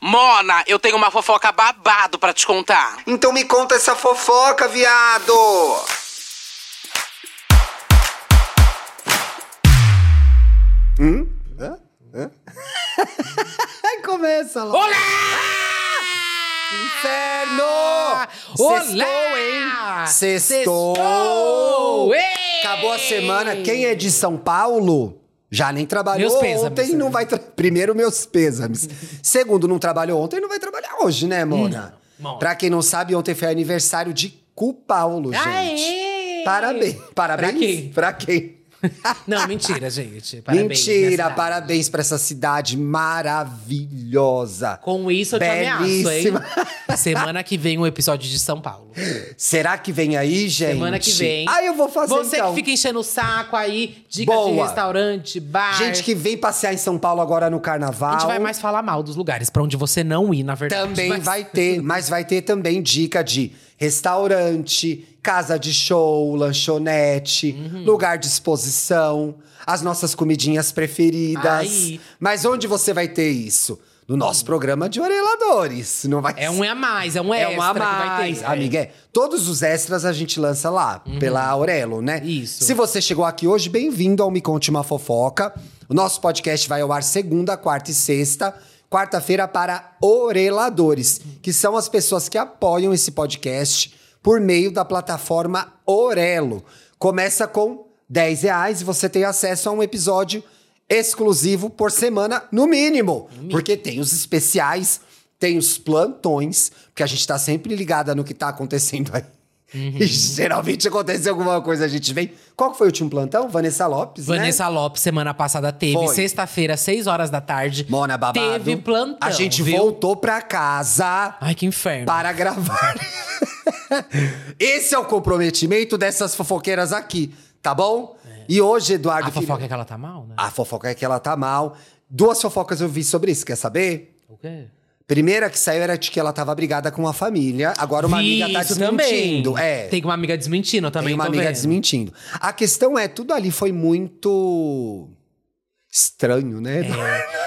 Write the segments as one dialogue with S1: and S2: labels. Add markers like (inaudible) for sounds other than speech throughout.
S1: Mona, eu tenho uma fofoca babado pra te contar.
S2: Então me conta essa fofoca, viado!
S3: Começa logo.
S2: Inferno!
S3: Sextou, hein? Sextou!
S4: Sextou, ei!
S3: Acabou a semana. Quem é de São Paulo já nem trabalhou
S4: Meus pésames,
S3: ontem,
S4: né?
S3: não vai... Tra... Primeiro, meus pêsames. Segundo, não trabalhou ontem, não vai trabalhar hoje,
S4: Hum.
S3: né, Mona?
S4: Mona.
S3: Pra quem não sabe, ontem foi aniversário de Cu Paulo, gente.
S4: Aê!
S3: Parabéns. Parabéns.
S4: quem?
S3: Pra quem?
S4: (laughs) Não, mentira, gente. Parabéns,
S3: Mentira,
S4: nessa-
S3: parabéns pra essa cidade maravilhosa.
S4: Com isso eu te
S3: Belíssima.
S4: ameaço, hein? Semana que vem um episódio de São
S3: (laughs)
S4: Paulo.
S3: Será que vem aí, gente?
S4: Semana que vem.
S3: Ah, eu vou fazer
S4: Você
S3: então.
S4: que fica enchendo o saco aí, dicas de
S3: Boa.
S4: restaurante, bar.
S3: Gente que vem passear em São Paulo agora no carnaval.
S4: A gente vai mais falar mal dos lugares pra onde você não ir, na verdade.
S3: Também
S4: Mas-
S3: vai ter, mas vai ter também dica de restaurante, casa de show, lanchonete,
S4: Uhum.
S3: lugar de exposição, as nossas comidinhas preferidas.
S4: Ai. Hum.
S3: Mas onde você vai ter isso? No nosso programa de orelhadores. Não vai
S4: É
S3: ser-
S4: um a mais, é um
S3: É
S4: extra
S3: uma a
S4: que vai
S3: mais,
S4: ter.
S3: amiga. é. Todos os extras a gente lança lá, pela Aurelo, né?
S4: Uhum. Isso.
S3: Se você chegou aqui hoje, bem-vindo ao Me Conte Uma Fofoca. O nosso podcast vai ao ar segunda, quarta e sexta. Quarta-feira para Oreladores, que são as pessoas que apoiam esse podcast por meio da plataforma Orelo. Começa com 10 reais e você tem acesso a um episódio exclusivo por semana, no mínimo. Porque tem os especiais tem os plantões, porque a gente tá sempre ligada no que tá acontecendo aí.
S4: Uhum.
S3: E geralmente acontece alguma coisa, a gente vem. Qual que foi o último plantão? Vanessa Lopes, né?
S4: É. Vanessa Lopes, semana passada teve.
S3: Foi.
S4: Sexta-feira, 6 horas da tarde.
S3: Mona Babado.
S4: Teve plantão.
S3: A gente
S4: viu? Ah,
S3: voltou pra casa
S4: Ai, que inferno.
S3: para gravar. (laughs) Esse é o comprometimento dessas fofoqueiras aqui, tá bom? E hoje,
S4: É.
S3: Eduardo...
S4: A fofoca
S3: Filho-
S4: é que ela tá mal, né?
S3: A fofoca é que ela tá mal. Duas fofocas eu vi sobre isso, quer saber?
S4: O quê?
S3: Primeira que saiu era de que ela tava brigada com a família. Agora uma
S4: Vi
S3: amiga tá
S4: isso
S3: desmentindo.
S4: Também.
S3: É.
S4: Tem uma amiga desmentindo eu também.
S3: Tem uma
S4: tô
S3: amiga
S4: vendo.
S3: desmentindo. A questão é, tudo ali foi muito estranho, né?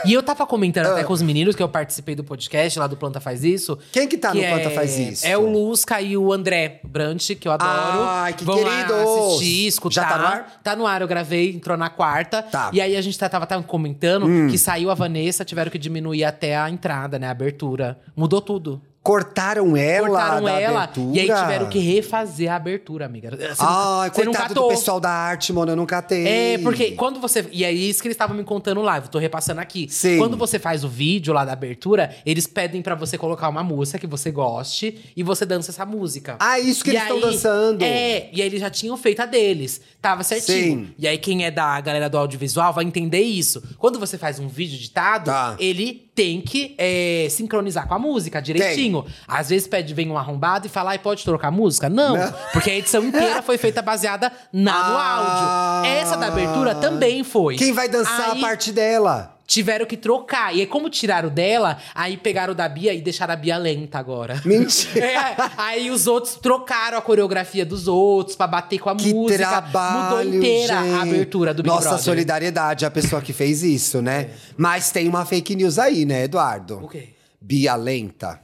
S4: E eu tava comentando
S3: Ah.
S4: até com os meninos que eu participei do podcast lá do Planta Faz Isso.
S3: (laughs) Quem que tá
S4: que
S3: no Planta
S4: é-
S3: Faz Isso?
S4: É o Lusca e o André Brant, que eu adoro.
S3: Ai, que
S4: Vão lá
S3: queridos!
S4: assistir, escutar.
S3: Já tá no ar?
S4: Tá no ar, eu gravei, entrou na quarta.
S3: Tá. Hum.
S4: E aí a gente tá- tava, tava comentando que saiu a Vanessa, tiveram que diminuir até a entrada, né? A abertura. Mudou tudo.
S3: Cortaram ela
S4: Cortaram
S3: É da
S4: ela
S3: abertura.
S4: e aí tiveram que refazer a abertura, amiga. Você não-
S3: Ai,
S4: você não
S3: coitado do
S4: catou.
S3: pessoal da arte, mano. Eu não catei.
S4: É, porque quando você. E é isso que eles estavam me contando lá, eu tô repassando aqui.
S3: Sim.
S4: Quando você faz o vídeo lá da abertura, eles pedem pra você colocar uma música que você goste e você dança essa música.
S3: Ah, isso que
S4: E
S3: eles estão
S4: aí-
S3: dançando.
S4: É, e aí eles já tinham feito a deles. Tava certinho.
S3: Sim.
S4: E aí quem é da galera do audiovisual vai entender isso. Quando você faz um vídeo ditado,
S3: Tá.
S4: ele tem que é, sincronizar com a música direitinho. Às vezes pede, vem um arrombado e fala, ai, pode trocar a música? Não, (laughs) porque a edição inteira foi feita baseada na
S3: Ah.
S4: no áudio. Essa da abertura também foi.
S3: Quem vai dançar
S4: Aí,
S3: a parte dela?
S4: Tiveram que trocar. E aí, como tiraram dela, aí pegaram da Bia e deixaram a Bia lenta agora. (laughs)
S3: Mentira.
S4: É, aí os outros trocaram a coreografia dos outros pra bater com a
S3: Que
S4: música.
S3: trabalho,
S4: Mudou inteira
S3: gente.
S4: a abertura do Big
S3: Nossa
S4: Brother. É.
S3: solidariedade à pessoa que fez isso, né? Mas tem uma fake news aí, né, Eduardo?
S4: O quê?
S3: Bia lenta.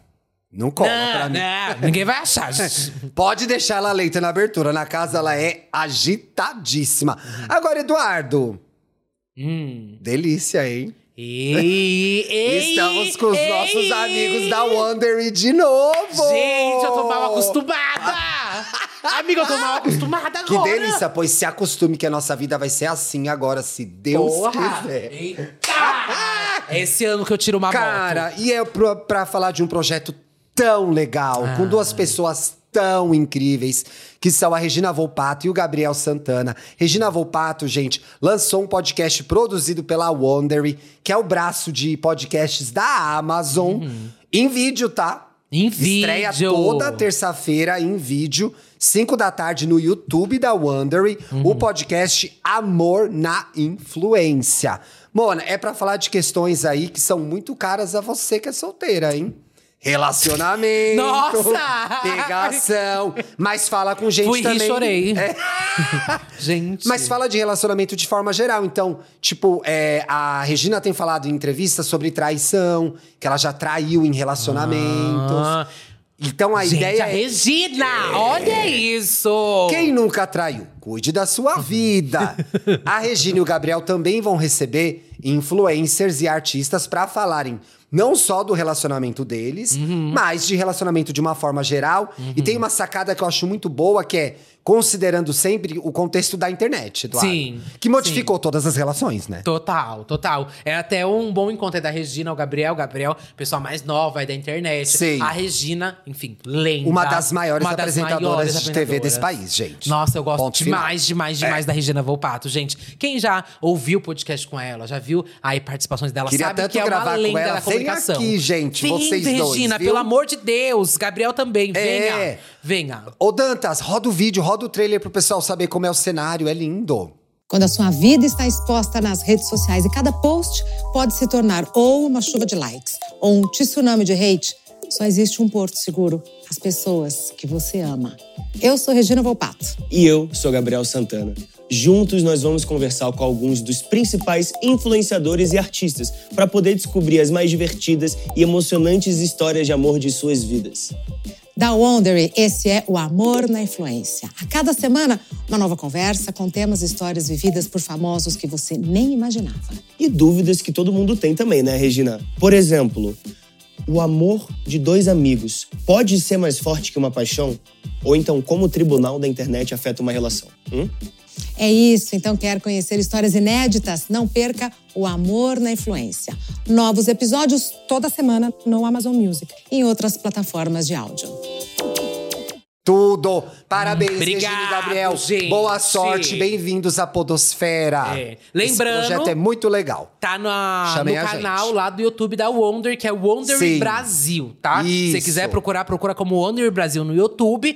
S3: Não cola pra
S4: Não, né?
S3: mim.
S4: não, ninguém vai
S3: (laughs)
S4: achar. gente.
S3: Pode deixar ela lenta na abertura. Na casa ela é agitadíssima. Agora, Eduardo.
S4: hum.
S3: Delícia, hein?
S4: E, ei,
S3: Estamos com os
S4: ei.
S3: nossos amigos da Wondery de novo!
S4: Gente, eu tô mal
S3: (laughs)
S4: acostumada! Amiga, eu tô mal acostumada
S3: Que
S4: agora!
S3: delícia, pois se acostume que a nossa vida vai ser assim agora, se Deus
S4: Porra!
S3: quiser.
S4: Eita! É Esse ano que eu tiro uma moto.
S3: Cara, e é pra, pra falar de um projeto tão legal, com
S4: Ah.
S3: duas pessoas tão incríveis, que são a Regina Volpato e o Gabriel Santana. Regina Volpato, gente, lançou um podcast produzido pela Wondery, que é o braço de podcasts da Amazon,
S4: Uhum.
S3: em vídeo, tá?
S4: Em vídeo.
S3: Estreia toda terça-feira em vídeo, 5 da tarde no YouTube da Wondery,
S4: Uhum.
S3: o podcast Amor na Influência. Mona, é pra falar de questões aí que são muito caras a você que é solteira, hein? Relacionamento.
S4: Nossa!
S3: Pegação. Mas fala com gente
S4: Fui rir,
S3: também. É.
S4: chorei. (laughs) Gente.
S3: Mas fala de relacionamento de forma geral. Então, tipo, é, a Regina tem falado em entrevistas sobre traição, que ela já traiu em relacionamentos.
S4: Ah.
S3: Então a
S4: Gente,
S3: ideia
S4: a
S3: é.
S4: Regina, olha isso!
S3: Quem nunca traiu? Cuide
S4: (laughs)
S3: da sua vida. A Regina e o Gabriel também vão receber influencers e artistas pra falarem não só do relacionamento deles,
S4: Uhum.
S3: mas de relacionamento de uma forma geral. E tem uma sacada que eu acho muito boa que é considerando sempre o contexto da internet, Eduardo,
S4: Sim,
S3: que modificou todas as relações, né?
S4: Total, total. É até um bom encontro aí da Regina, o Gabriel, Gabriel, pessoa mais nova aí da internet.
S3: Sim.
S4: A Regina, enfim, lenda.
S3: Uma das maiores
S4: tá. Uma das
S3: apresentadoras
S4: maiores
S3: de TV
S4: apresentadoras.
S3: desse país, gente.
S4: Nossa, eu gosto
S3: Ponto final. É.
S4: demais, demais, demais da Regina Volpato, gente. Quem já ouviu o podcast com ela, já viu aí participações dela,
S3: Queria
S4: sabe
S3: tanto
S4: que é uma
S3: gravar com
S4: lenda
S3: ela.
S4: da
S3: Vem
S4: comunicação.
S3: aqui, gente,
S4: Vem,
S3: vocês dois,
S4: Regina,
S3: viu?
S4: pelo amor de Deus. Gabriel também, venha.
S3: É.
S4: Venha.
S3: Ô Dantas, roda o vídeo, roda o trailer pro pessoal saber como é o cenário, é lindo.
S5: Quando a sua vida está exposta nas redes sociais e cada post pode se tornar ou uma chuva de likes ou um tsunami de hate, só existe um porto seguro: as pessoas que você ama. Eu sou Regina Volpato.
S6: e eu sou Gabriel Santana. Juntos nós vamos conversar com alguns dos principais influenciadores e artistas para poder descobrir as mais divertidas e emocionantes histórias de amor de suas vidas.
S5: Da Wondery, esse é o Amor na Influência. A cada semana, uma nova conversa com temas e histórias vividas por famosos que você nem imaginava.
S6: E dúvidas que todo mundo tem também, né, Regina? Por exemplo, o amor de dois amigos pode ser mais forte que uma paixão? Ou então, como o tribunal da internet afeta uma relação? Hum?
S5: É isso, então quer conhecer histórias inéditas? Não perca o Amor na Influência. Novos episódios toda semana no Amazon Music e em outras plataformas de áudio.
S3: Tudo! Parabéns,
S4: Hum, Obrigado,
S3: Regina e Gabriel.
S4: gente.
S3: Boa sorte, bem-vindos à Podosfera.
S4: É. Lembrando-
S3: Esse projeto é muito legal.
S4: Tá na-
S3: Chamei
S4: no
S3: a
S4: canal
S3: gente.
S4: lá do YouTube da Wonder, que é Wonder
S3: Sim.
S4: Brasil, tá? Se você
S3: Isso.
S4: quiser procurar, procura como Wonder Brasil no YouTube.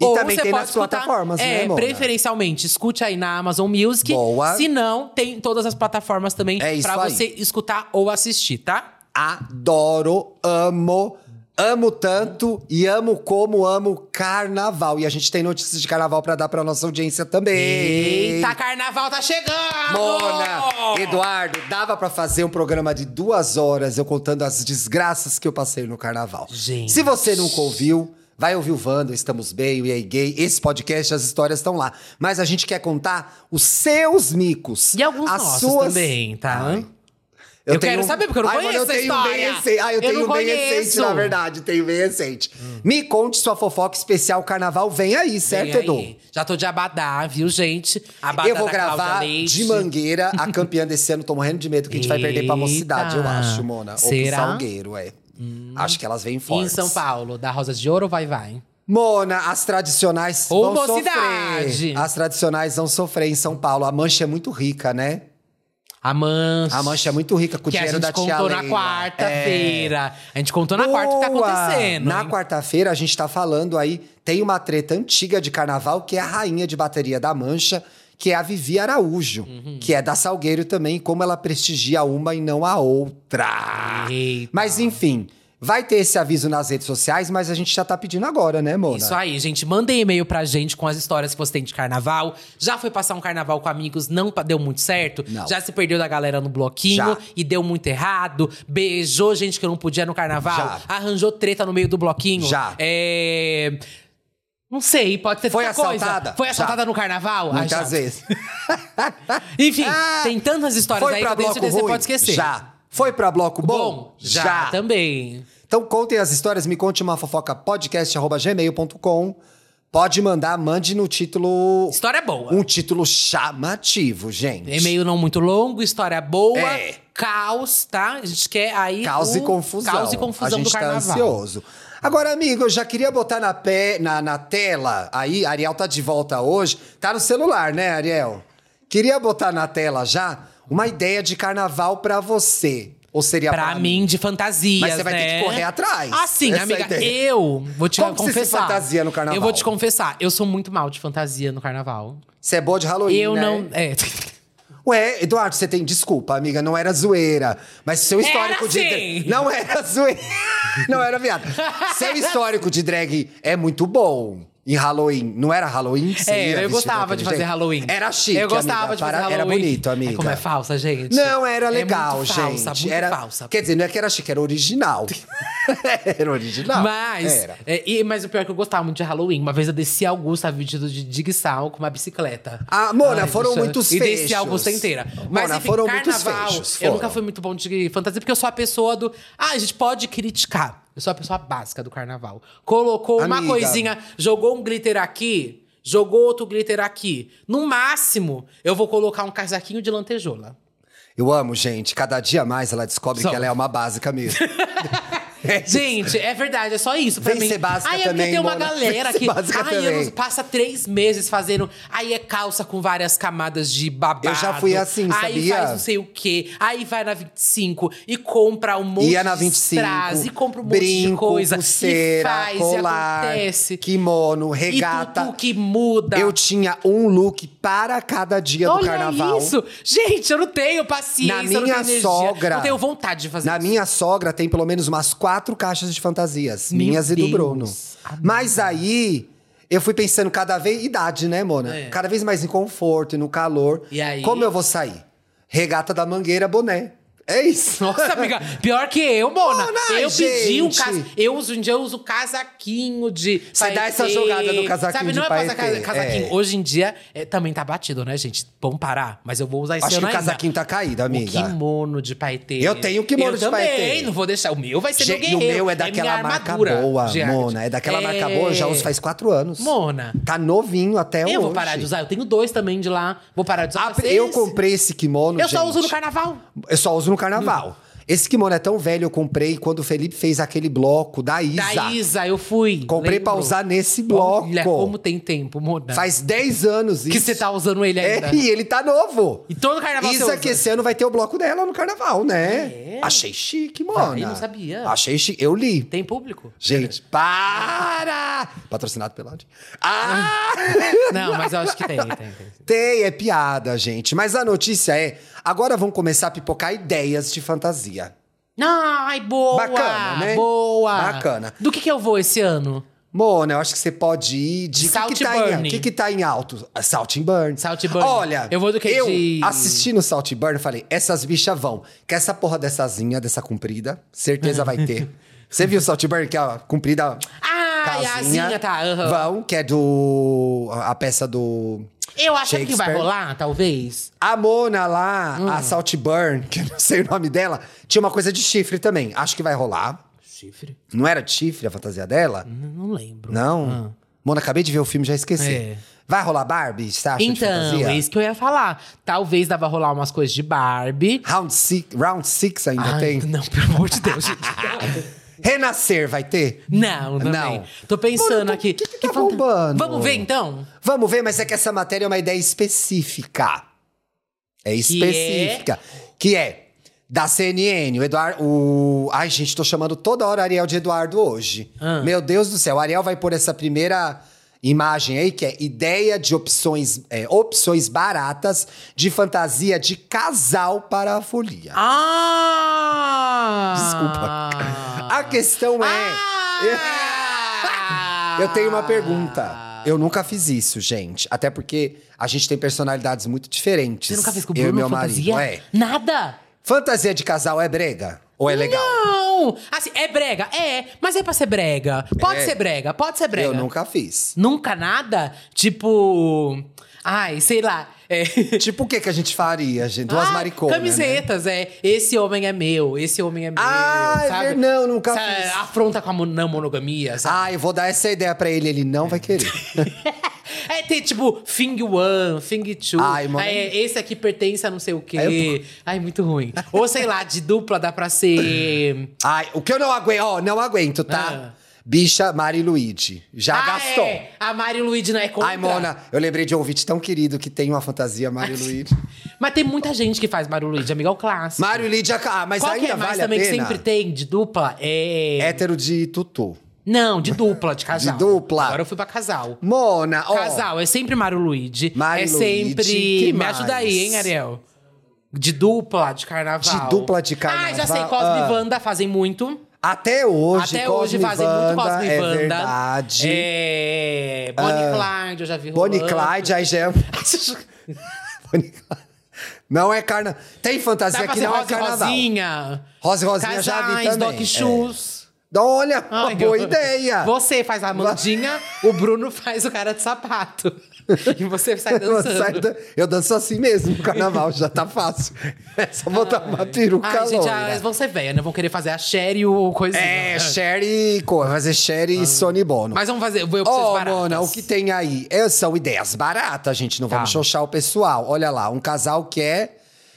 S3: E
S4: ou
S3: também
S4: você
S3: tem
S4: pode
S3: nas
S4: escutar-
S3: plataformas,
S4: é,
S3: né, Mona?
S4: preferencialmente, escute aí na Amazon Music.
S3: Boa.
S4: Se não, tem em todas as plataformas também
S3: É isso
S4: pra
S3: aí.
S4: você escutar ou assistir, tá?
S3: Adoro, amo, amo tanto e amo como amo carnaval. E a gente tem notícias de carnaval pra dar pra nossa audiência também.
S4: Eita, carnaval tá chegando!
S3: Mona, Eduardo, dava pra fazer um programa de duas horas eu contando as desgraças que eu passei no carnaval.
S4: Gente.
S3: Se você nunca ouviu, vai ouvir o Vando, Estamos Bem, o E aí Gay, esse podcast, as histórias estão lá. Mas a gente quer contar os seus micos.
S4: E alguns
S3: as
S4: nossos
S3: suas...
S4: também, tá?
S3: Ai.
S4: Eu quero saber, porque eu não
S3: Ai,
S4: conheço
S3: mano, eu
S4: essa
S3: tenho um
S4: história.
S3: Bem recente. Ah, eu,
S4: Eu
S3: tenho
S4: não
S3: um bem
S4: conheço.
S3: recente, na verdade. Tenho um bem recente. Me conte sua fofoca especial carnaval. Vem aí, certo,
S4: Vem aí.
S3: Edu?
S4: Já tô de abadá, viu, gente? Abadá
S3: eu vou
S4: da Cláudia
S3: gravar
S4: Leite.
S3: de Mangueira, a campeã desse ano. Tô morrendo de medo que a gente vai perder pra mocidade, eu
S4: Eita.
S3: acho, Mona. Ou pro
S4: Será?
S3: Salgueiro, é. Acho que elas vêm
S4: E Em
S3: fortes.
S4: São Paulo, da Rosas de Ouro, vai, vai.
S3: Mona, as tradicionais
S4: Ou
S3: vão
S4: Mocidade.
S3: sofrer. As tradicionais vão sofrer em São Paulo. A mancha é muito rica, né?
S4: A Mancha.
S3: A mancha é muito rica com o
S4: que a
S3: dinheiro
S4: gente
S3: da tia
S4: contou na
S3: Leila. É.
S4: quarta-feira. A gente contou na quarta o que tá
S3: Boa!
S4: acontecendo.
S3: Na
S4: hein?
S3: quarta-feira, a gente tá falando aí, tem uma treta antiga de carnaval, que é a rainha de bateria da Mancha, que é a Vivi Araújo,
S4: Uhum.
S3: que é da Salgueiro também, como ela prestigia uma e não a outra.
S4: Eita.
S3: Mas enfim, vai ter esse aviso nas redes sociais, mas a gente já tá pedindo agora, né, Mona?
S4: Isso aí, gente. Mandem e-mail pra gente com as histórias que você tem de carnaval. Já foi passar um carnaval com amigos, não pa- deu muito certo.
S3: Não.
S4: Já se perdeu da galera no bloquinho
S3: Já.
S4: e deu muito errado. Beijou gente que não podia no carnaval.
S3: Já.
S4: Arranjou treta no meio do bloquinho.
S3: Já.
S4: É. Não sei, pode ser
S3: Foi
S4: tanta coisa.
S3: assaltada?
S4: Foi
S3: Já.
S4: assaltada no carnaval? Ah, já.
S3: Muitas vezes.
S4: Enfim,
S3: Ah,
S4: tem tantas histórias
S3: Foi
S4: aí que
S3: pra
S4: eu tenho
S3: bloco
S4: certeza que você
S3: ruim?
S4: pode esquecer.
S3: Já. Foi pra bloco bom?
S4: Bom, já, também.
S3: Então contem as histórias, me conte uma fofoca podcast@gmail.com. Pode mandar, mande no título
S4: História boa.
S3: um título chamativo, gente.
S4: E-mail não muito longo, história boa,
S3: É.
S4: caos, tá? A gente quer aí.
S3: Caos
S4: o
S3: e confusão.
S4: Caos e
S3: A
S4: confusão
S3: gente
S4: do
S3: tá
S4: carnaval.
S3: ansioso. Agora, amigo, eu já queria botar na, pé, na, na tela. Aí, Ariel tá de volta hoje. Tá no celular, né, Ariel? Queria botar na tela já uma ideia de carnaval pra você. Ou seria pra,
S4: Pra mim, de fantasias,
S3: Mas você vai ter
S4: né?
S3: que correr atrás.
S4: Assim,
S3: Essa é a
S4: amiga,
S3: ideia.
S4: eu vou te
S3: Como que você se
S4: confessar.
S3: fantasia no carnaval?
S4: Eu vou te confessar, eu sou muito mal de fantasia no carnaval.
S3: Você é boa de Halloween,
S4: eu
S3: né?
S4: não. É.
S3: Ué, Eduardo, você tem desculpa, amiga, não era zoeira. Mas seu histórico de.
S4: sim!
S3: dra- Não era zoeira. (laughs) não era viado. Seu histórico de drag é muito bom. Em Halloween. Não era Halloween? que você ia
S4: É, eu
S3: vestido
S4: gostava
S3: daquele
S4: de fazer
S3: jeito?
S4: Halloween.
S3: Era chique,
S4: Eu gostava
S3: amiga,
S4: de fazer
S3: para-
S4: Halloween.
S3: Era bonito, amiga.
S4: É como é falsa, gente.
S3: Não, era
S4: É muito
S3: legal, gente.
S4: falsa, muito
S3: era
S4: falsa.
S3: Quer dizer, não é que era chique,
S4: (laughs)
S3: era original. era original.
S4: Mas,
S3: Era.
S4: é, e, mas o pior é que eu gostava muito de Halloween. Uma vez eu desci a Augusta vestido de digsal com uma bicicleta.
S3: Ah, Mona,
S4: Ai,
S3: foram
S4: deixa-
S3: muitos
S4: E
S3: fechos.
S4: desci a Augusta inteira. Mas
S3: Mona,
S4: enfim,
S3: foram muitos
S4: carnaval,
S3: fechos,
S4: eu
S3: foram.
S4: nunca fui muito bom de fantasia, porque eu sou a pessoa do. Ah, a gente pode criticar. Eu sou a pessoa básica do carnaval. Colocou uma
S3: Amiga.
S4: coisinha, jogou um glitter aqui. Jogou outro glitter aqui. No máximo, eu vou colocar um casaquinho de lantejola.
S3: Eu amo, gente. Cada dia mais ela descobre
S4: Só.
S3: que ela é uma básica mesmo.
S4: Gente, é verdade, é só isso pra
S3: Vem
S4: mim.
S3: ser básica
S4: Aí é porque
S3: também,
S4: tem uma
S3: Mona.
S4: galera
S3: Vem ser
S4: que
S3: básica
S4: ai, eu
S3: também.
S4: não- passa três meses fazendo. Aí é calça com várias camadas de babado.
S3: Eu já fui assim,
S4: Aí
S3: sabia?
S4: faz não sei o quê. Aí vai na 25 e compra um monte
S3: Ia é na
S4: de
S3: 25.
S4: strass, e compra um monte de
S3: brinco,
S4: coisa.
S3: pulseira,
S4: e faz,
S3: colar,
S4: e acontece.
S3: kimono,
S4: E
S3: regata.
S4: tudo que muda.
S3: Eu tinha um look para cada dia do
S4: Olha
S3: carnaval.
S4: isso! Gente, eu não tenho paciência,
S3: Na
S4: eu não tenho
S3: minha
S4: energia.
S3: sogra-
S4: Não tenho vontade de fazer
S3: Na
S4: isso.
S3: minha sogra tem pelo menos umas quatro caixas de fantasias.
S4: Meu
S3: minhas e
S4: Deus,
S3: do Bruno.
S4: amiga.
S3: Mas aí, eu fui pensando cada vez… Idade, né, Mona?
S4: É.
S3: Cada vez mais em conforto e no calor.
S4: E aí?
S3: Como eu vou sair? Regata da mangueira, boné. É isso.
S4: Nossa, amiga, pior que eu, Mona.
S3: Mona,
S4: eu pedi um
S3: gente.
S4: casa. Eu uso, um dia eu uso casaquinho de.
S3: Você dá essa
S4: paetê.
S3: jogada no casaquinho
S4: Sabe,
S3: de
S4: não é passar
S3: paetê,
S4: casa- casaquinho.
S3: é.
S4: Hoje em dia é, também tá batido, né, gente? Vamos parar. Mas eu vou usar esse
S3: Acho que
S4: ano
S3: o
S4: ainda.
S3: casaquinho tá caído,
S4: O
S3: amiga.
S4: kimono de paetê.
S3: Eu tenho o kimono
S4: Eu
S3: de
S4: também,
S3: paetê.
S4: Não vou deixar. O meu vai ser
S3: Ge-
S4: meu
S3: e o
S4: guerreiro.
S3: meu é
S4: minha
S3: daquela marca
S4: armadura,
S3: boa,
S4: Giardi.
S3: Mona. É daquela marca boa, eu já uso faz quatro anos.
S4: Mona.
S3: Tá novinho até hoje.
S4: eu vou parar de usar. Eu tenho dois também de lá. Vou parar de usar.
S3: Ah,
S4: Vai ser
S3: eu
S4: esse.
S3: comprei esse kimono,
S4: Eu só
S3: gente.
S4: uso no Hum. carnaval.
S3: Eu só uso no carnaval. Esse kimono é tão velho, eu comprei quando o Felipe fez aquele bloco da Isa.
S4: Da Isa, eu fui.
S3: Comprei pra
S4: lembro.
S3: usar nesse bloco.
S4: Olha é como tem tempo, Mona.
S3: Faz 10 anos isso.
S4: que você tá usando ele ainda.
S3: É, e ele tá novo.
S4: E todo carnaval você
S3: Isa
S4: usa.
S3: que esse ano vai ter o bloco dela no carnaval, né?
S4: É?
S3: Achei chique, mano.
S4: eu não sabia.
S3: Achei chique. Eu li.
S4: Tem público?
S3: Gente, para! Patrocinado pela Audi. Ah!
S4: (laughs)
S3: (laughs)
S4: Não, mas eu acho que tem, tem, tem.
S3: Tem, é piada, gente. Mas a notícia é: agora vão começar a pipocar ideias de fantasia.
S4: Ai, boa!
S3: Bacana, né?
S4: Boa!
S3: Bacana.
S4: Do que que eu vou esse ano?
S3: Mona, eu acho que você pode ir de. O que, que, tá em-
S4: Saltburn.
S3: o que, que tá em alto? Ah, Salt and Burn.
S4: Salt and Burn.
S3: Olha,
S4: Eu vou do que
S3: eu
S4: de-
S3: assistindo Salt and Burn, eu falei: essas bichas vão. Que essa porra dessa asinha, dessa comprida, certeza vai
S4: (laughs)
S3: ter. Você viu o Salt and Burn, que é a comprida.
S4: Ah, e a
S3: casinha,
S4: Azinha tá. aham.
S3: Vão, que é do. a a peça do.
S4: Eu acho que vai
S3: Shakespeare.
S4: rolar, talvez.
S3: A Mona lá,
S4: Hum.
S3: a Saltburn, que eu não sei o nome dela, tinha uma coisa de chifre também. Acho que vai rolar.
S4: Chifre?
S3: Não era de chifre a fantasia dela?
S4: Não, não lembro.
S3: Não? Mona, acabei de ver o filme, já esqueci.
S4: Ah. É.
S3: Vai rolar Barbie, você acha, de
S4: Então,
S3: fantasia?
S4: é isso que eu ia falar. Talvez dava rolar umas coisas de Barbie.
S3: Round six, round six ainda
S4: Ai,
S3: tem?
S4: Não, pelo amor de Deus,
S3: (laughs)
S4: gente.
S3: Renascer vai ter?
S4: Não, também.
S3: Não.
S4: Tô pensando
S3: Mano,
S4: aqui.
S3: o que que tá
S4: fanta-
S3: bombando?
S4: Vamos ver, então?
S3: Vamos ver, mas é que essa matéria é uma ideia específica. É específica. Que é, da CNN. O Eduardo. O... Ai, gente, tô chamando toda hora Ariel de Eduardo hoje.
S4: Ah.
S3: Meu Deus do céu. O Ariel vai pôr essa primeira imagem aí, que é ideia de opções, é, opções baratas de fantasia de casal para a folia.
S4: Ah!
S3: Desculpa. A questão é.
S4: Ah!
S3: Eu tenho uma pergunta. Eu nunca fiz isso, gente. Até porque a gente tem personalidades muito diferentes.
S4: Você nunca fez com o
S3: Eu e
S4: Bruno
S3: meu
S4: fantasia?
S3: marido, é.
S4: Nada!
S3: Fantasia de casal é brega? Ou é legal?
S4: Não! Assim, é brega? É, mas é pra ser brega. Pode
S3: É.
S4: ser brega, pode ser brega.
S3: Eu nunca fiz.
S4: Nunca nada? Tipo. Ai, sei lá. É.
S3: Tipo, o que que a gente faria, gente? Duas
S4: Ah,
S3: mariconas, né?
S4: Camisetas, é. Esse homem é meu, esse homem é meu.
S3: Ah, é
S4: sabe?
S3: ver- não, nunca
S4: Sabe,
S3: fiz.
S4: Afronta com a mo- não monogamia, sabe?
S3: Ah, eu vou dar essa ideia pra ele, ele não vai
S4: (laughs)
S3: querer.
S4: É ter, tipo, Fing One, Fing Two.
S3: Ai, mano.
S4: É, esse aqui pertence a não sei o quê.
S3: Aí
S4: Ai, muito ruim. Ou sei lá, de dupla dá pra ser.
S3: Ai, o que eu não aguento, ó, não aguento, tá? Bicha Mari Luigi. (laughs) Já
S4: Ah,
S3: gastou.
S4: É. A Mari Luigi não é contra.
S3: Ai, Mona, eu lembrei de um ouvinte tão querido que tem uma fantasia Mário Luigi.
S4: Mas tem muita gente que faz Mari Luigi, amiga, é o clássico.
S3: Mário Luigi, ah, mas
S4: Qual que
S3: ainda
S4: é mais
S3: vale
S4: também
S3: a
S4: que
S3: pena.
S4: sempre tem de dupla? É.
S3: Hétero de tutu.
S4: Não, de dupla, de casal.
S3: dupla.
S4: Agora eu fui pra casal.
S3: Mona, ó.
S4: Casal, é sempre Mário Luigi.
S3: Mário
S4: é
S3: Luigi,
S4: sempre.
S3: que
S4: Me ajuda aí,
S3: mais?
S4: hein, Ariel? De dupla, de carnaval.
S3: De dupla de carnaval.
S4: Ah, já sei, Cosme
S3: Ah.
S4: e Wanda fazem muito.
S3: Até hoje,
S4: Até
S3: Cosme
S4: hoje fazem muito Cosme e
S3: é
S4: Wanda.
S3: verdade. Ah,
S4: É, Bonnie Clyde, eu já vi
S3: Bonnie
S4: rolando. (laughs)
S3: Clyde, aí já é... (laughs) Bonnie Clyde. Não é carnaval. Tem
S4: Dá
S3: fantasia
S4: pra
S3: que
S4: ser
S3: não é
S4: Rosa e
S3: carnaval.
S4: Rosinha.
S3: Rosa e Rosinha
S4: Casais,
S3: já vi também.
S4: Doc Shoes.
S3: É. Olha, uma
S4: Ai,
S3: boa
S4: eu-
S3: ideia.
S4: Você faz a Mandinha, o Bruno faz o cara de sapato.
S3: (laughs)
S4: E você sai
S3: Eu
S4: tá dançando.
S3: saio da- Eu danço assim mesmo no carnaval, já tá fácil. É só botar uma peruca
S4: Ai, gente,
S3: loira.
S4: ah, elas vão ser velhas, né? Vão querer fazer a Sherry e o coisinha.
S3: É, Sherry, co- vai fazer Sherry e Sony Bono.
S4: Mas vamos fazer, eu preciso
S3: Ó,
S4: baratas.
S3: Mona, o que tem aí é, são ideias baratas, gente. Não
S4: Tá.
S3: vamos xoxar o pessoal. Olha lá, um casal que é.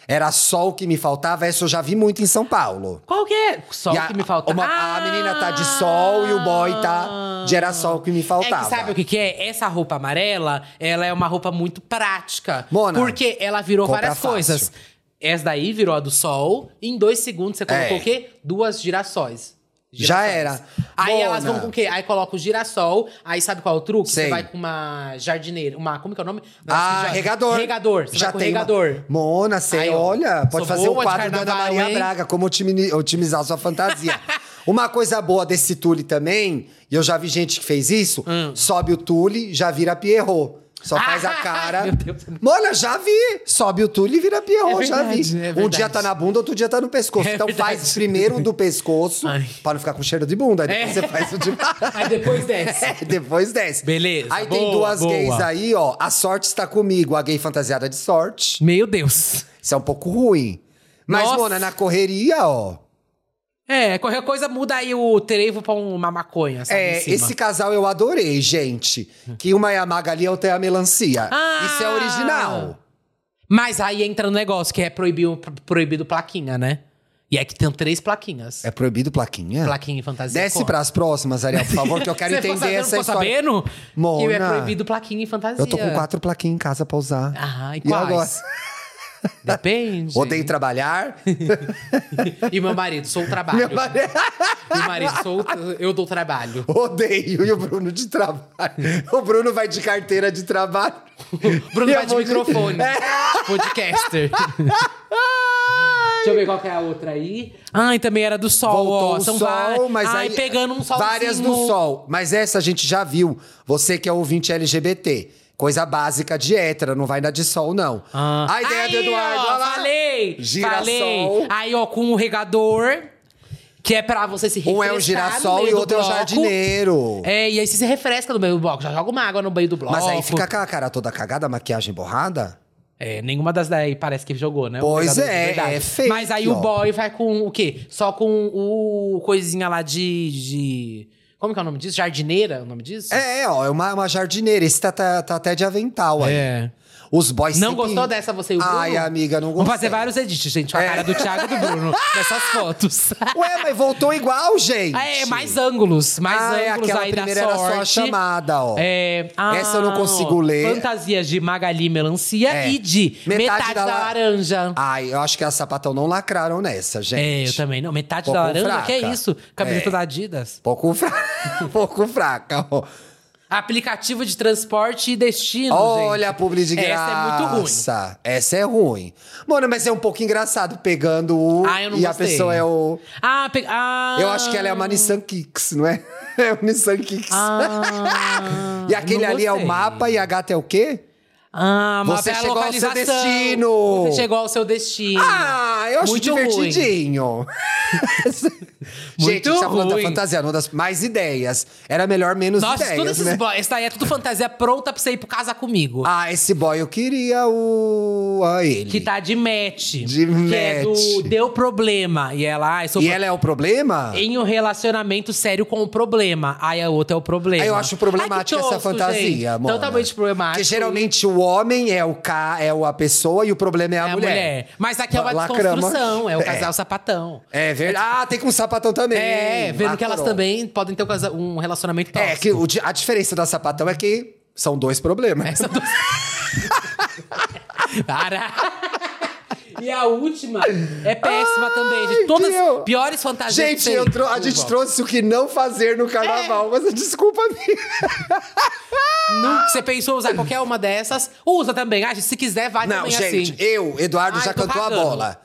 S3: Era só o que me faltava, essa eu já vi muito em São Paulo.
S4: Qual que é? Sol
S3: E a-
S4: que me falta.
S3: uma- A menina tá de sol e o boy tá de era só o que me faltava.
S4: É que sabe o que, que é? Essa roupa amarela, ela é uma roupa muito prática.
S3: Mona,
S4: porque ela virou
S3: compra
S4: várias
S3: fácil.
S4: coisas. Essa daí virou a do sol. e em dois segundos você colocou
S3: É.
S4: o quê? Duas girassóis.
S3: Já
S4: Girassóis.
S3: era.
S4: Aí
S3: Mona.
S4: elas vão com o quê? Aí coloca o girassol. Aí sabe qual é o truque?
S3: Sei.
S4: Você vai com uma jardineira. Uma. Como que é o nome?
S3: Ah,
S4: já-
S3: regador.
S4: Regador. Você vai com
S3: uma-
S4: regador.
S3: Mona, você
S4: Aí, ó,
S3: olha,
S4: sou
S3: pode fazer o
S4: boa de
S3: quadro da Ana
S4: carnaval,
S3: Maria
S4: hein?
S3: Braga, como otimi- otimizar
S4: (laughs)
S3: sua fantasia. Uma coisa boa desse tule também, e eu já vi gente que fez isso,
S4: Hum.
S3: sobe o tule, já vira Pierrot.
S4: (laughs)
S3: Só faz a cara.
S4: Meu Deus.
S3: Mona, já vi! Sobe o tule e vira Pierrot,
S4: É
S3: já
S4: verdade, é
S3: vi. um
S4: verdade.
S3: dia tá na bunda, outro dia tá no pescoço.
S4: É
S3: então faz
S4: verdade.
S3: primeiro o do pescoço,
S4: Ai.
S3: pra não ficar com cheiro de bunda. Aí depois
S4: É.
S3: você faz o
S4: (laughs)
S3: de
S4: Aí depois desce.
S3: É, (laughs) depois desce.
S4: Beleza,
S3: Aí tem
S4: boa,
S3: duas
S4: boa.
S3: gays aí, ó. A sorte está comigo. A gay fantasiada de sorte.
S4: Meu Deus.
S3: Isso é um pouco ruim. Mas,
S4: Nossa.
S3: Mona, na correria, ó.
S4: É, qualquer coisa muda aí o trevo pra um- uma maconha, sabe? em
S3: É,
S4: cima.
S3: esse casal eu adorei, gente. Que uma é a Magali e a outra é a melancia.
S4: Ah!
S3: Isso é original.
S4: Mas aí entra um negócio que é proibido, proibido plaquinha, né? E é que tem três plaquinhas.
S3: É proibido plaquinha?
S4: Plaquinha e fantasia.
S3: Desce
S4: corre.
S3: pras próximas, Ariel, por
S4: (laughs)
S3: favor, que eu quero
S4: Você ficou
S3: entender
S4: sabendo,
S3: essa
S4: ficou
S3: história.
S4: sabendo que é
S3: Mona,
S4: proibido plaquinha e fantasia.
S3: Eu tô com quatro plaquinhas em casa pra usar.
S4: Ah, e
S3: e agora?
S4: quais? Depende.
S3: (laughs) Odeio
S4: (laughs)
S3: trabalhar.
S4: E meu marido,
S3: (laughs)
S4: sou o trabalho.
S3: Meu marido-
S4: Meu marido, sou o tra-
S3: (laughs)
S4: eu dou trabalho.
S3: Odeio. E o Bruno de trabalho. O Bruno vai de carteira de trabalho.
S4: Bruno
S3: E
S4: vai
S3: eu
S4: de
S3: vou
S4: microfone.
S3: É.
S4: de
S3: (laughs)
S4: Podcaster. Deixa eu ver qual que é a outra aí. Ai, também era do sol,
S3: Voltou
S4: ó.
S3: o
S4: São
S3: sol,
S4: vai-
S3: mas
S4: Ai,
S3: aí...
S4: pegando um solzinho.
S3: Várias no sol. Mas essa a gente já viu. Você que é ouvinte LGBT. Coisa básica de hétero, não vai na de sol, não.
S4: Ah.
S3: A ideia
S4: Aí,
S3: do Eduardo,
S4: ó,
S3: olha lá.
S4: Falei!
S3: Girassol.
S4: Falei. Aí, ó, com o regador, que é pra você se refrescar.
S3: Um é o
S4: no
S3: girassol
S4: meio
S3: e
S4: do
S3: outro é o
S4: bloco.
S3: jardineiro.
S4: É, e aí você se refresca no meio do bloco. Já joga uma água no meio do bloco.
S3: Mas aí fica com a cara toda cagada, a maquiagem borrada.
S4: É, nenhuma das daí parece que jogou, né? O
S3: Pois
S4: jogador de
S3: é,
S4: verdade.
S3: é fake,
S4: Mas aí
S3: ó.
S4: o boy vai com o quê? Só com o coisinha lá de. de- Como que é o nome disso? Jardineira? O nome disso?
S3: É, ó, é uma, uma jardineira. Esse tá, tá- tá até de avental aí.
S4: É.
S3: Os boys
S4: Não
S3: sempre-
S4: gostou dessa você e o Bruno?
S3: Ai, amiga, não gostei.
S4: Vamos fazer vários edits, gente. Com a
S3: É.
S4: cara do Thiago e do
S3: (laughs)
S4: Bruno. nessas fotos.
S3: Ué, mas voltou igual, gente.
S4: Ah, (laughs) É, mais ângulos. Mais
S3: Ah, é,
S4: ângulos
S3: aquela
S4: aí da sorte.
S3: primeira era só a chamada, ó.
S4: É, ah,
S3: Essa eu não consigo ler.
S4: Fantasias de Magali e Melancia
S3: É.
S4: e de Metade, da,
S3: la-
S4: Laranja.
S3: Ai, eu acho que a sapatão não lacraram nessa,
S4: É,
S3: gente.
S4: eu também não. Metade
S3: Pouco
S4: da laranja?
S3: fraca.
S4: Que é isso? Camiseta
S3: É.
S4: da Adidas.
S3: Pouco, fra... (laughs) um Pouco fraca, ó.
S4: Aplicativo de transporte e destino,
S3: Olha a
S4: gente.
S3: publi de graça.
S4: Essa é muito ruim.
S3: Essa é ruim. Mano, mas é um pouco engraçado pegando o.
S4: Ah, eu não
S3: e a
S4: gostei.
S3: pessoa é o.
S4: Ah, pe- ah,
S3: Eu acho que ela é uma Nissan Kicks, não é? (laughs) É o Nissan Kicks.
S4: Ah,
S3: (laughs) e aquele
S4: não
S3: ali é o
S4: gostei.
S3: mapa e a gata é o quê?
S4: Ah, mas
S3: Você
S4: é a
S3: chegou ao seu
S4: localização.
S3: destino.
S4: Você chegou ao seu destino.
S3: Ah, eu acho
S4: Muito
S3: divertidinho. (laughs) Gente,
S4: Muito
S3: a gente tá falando da
S4: ruim.
S3: fantasia, não das mais ideias. Era melhor menos
S4: Nossa,
S3: ideias,
S4: tudo esses
S3: né?
S4: boy. Essa daí é tudo fantasia pronta pra você ir pro casa comigo.
S3: Ah, esse boy eu queria o... a ele.
S4: Que tá de match.
S3: De
S4: que é do
S3: match.
S4: Deu Problema. E ela, ai, sou
S3: E
S4: pro-
S3: ela é o problema?
S4: em um relacionamento sério com o problema. Aí a outra é o problema.
S3: Eu acho problemática
S4: Ai, que
S3: essa
S4: tosco,
S3: fantasia,
S4: gente.
S3: amor.
S4: Totalmente problemática.
S3: Porque geralmente o homem é o ca... é o- a pessoa e o problema é a,
S4: é a mulher.
S3: mulher.
S4: Mas aqui é uma
S3: Lacrama.
S4: desconstrução. É o casal sapatão.
S3: É verdade. Ah, tem com sapatão também.
S4: É, vendo que elas
S3: Lacrou.
S4: também podem ter um casa- um relacionamento tóxico.
S3: É, que o di- a diferença da sapatão é que são dois problemas. (laughs)
S4: Essa do... Para! (laughs) E a última é péssima também, gente. Todas
S3: Deus.
S4: as piores fantasias. que
S3: Gente,
S4: tem.
S3: eu tro- a gente
S4: Uva. É.
S3: trouxe o que não fazer no carnaval, mas desculpa minha.
S4: Nunca você pensou usar qualquer uma dessas, usa também. Ah, gente, se quiser, vai
S3: Não,
S4: também
S3: gente,
S4: assim.
S3: eu, Eduardo,
S4: Ai,
S3: já
S4: tô
S3: cantou a
S4: cagando.
S3: bola.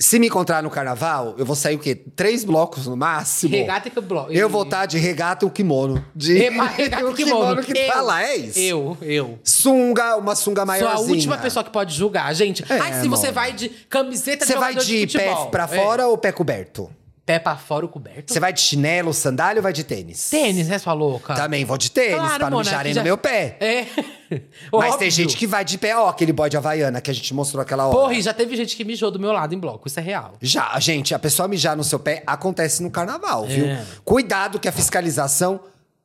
S3: Se me encontrar no carnaval, eu vou sair o quê? Três blocos no máximo.
S4: Regata e kimono.
S3: Eu vou estar de regata e o kimono. De... (laughs)
S4: Rema- regata
S3: o
S4: e kimono.
S3: que tá
S4: Eu.
S3: lá, é isso?
S4: Eu, eu.
S3: Sunga, uma sunga
S4: Sou
S3: maiorzinha.
S4: a última pessoa que pode julgar, gente.
S3: É,
S4: Ai, se você
S3: amor.
S4: vai de camiseta de
S3: Você vai
S4: jogador
S3: de, pé
S4: futebol.
S3: pra
S4: É.
S3: fora ou pé coberto?
S4: Pé pra fora o coberto?
S3: Você vai de chinelo, sandália ou vai de tênis?
S4: Tênis, né, sua louca?
S3: Também vou de Tá tênis,
S4: Claro,
S3: pra não
S4: Mona,
S3: mexerem
S4: já-
S3: no meu pé. (laughs)
S4: É.
S3: Mas
S4: Óbvio.
S3: tem gente que vai de pé, ó, aquele bode havaiana que a gente mostrou aquela hora.
S4: Porra, e já teve gente que mijou do meu lado em bloco, isso é real.
S3: Já, gente, a pessoa mijar no seu pé acontece no carnaval, viu?
S4: É.
S3: Cuidado que a fiscalização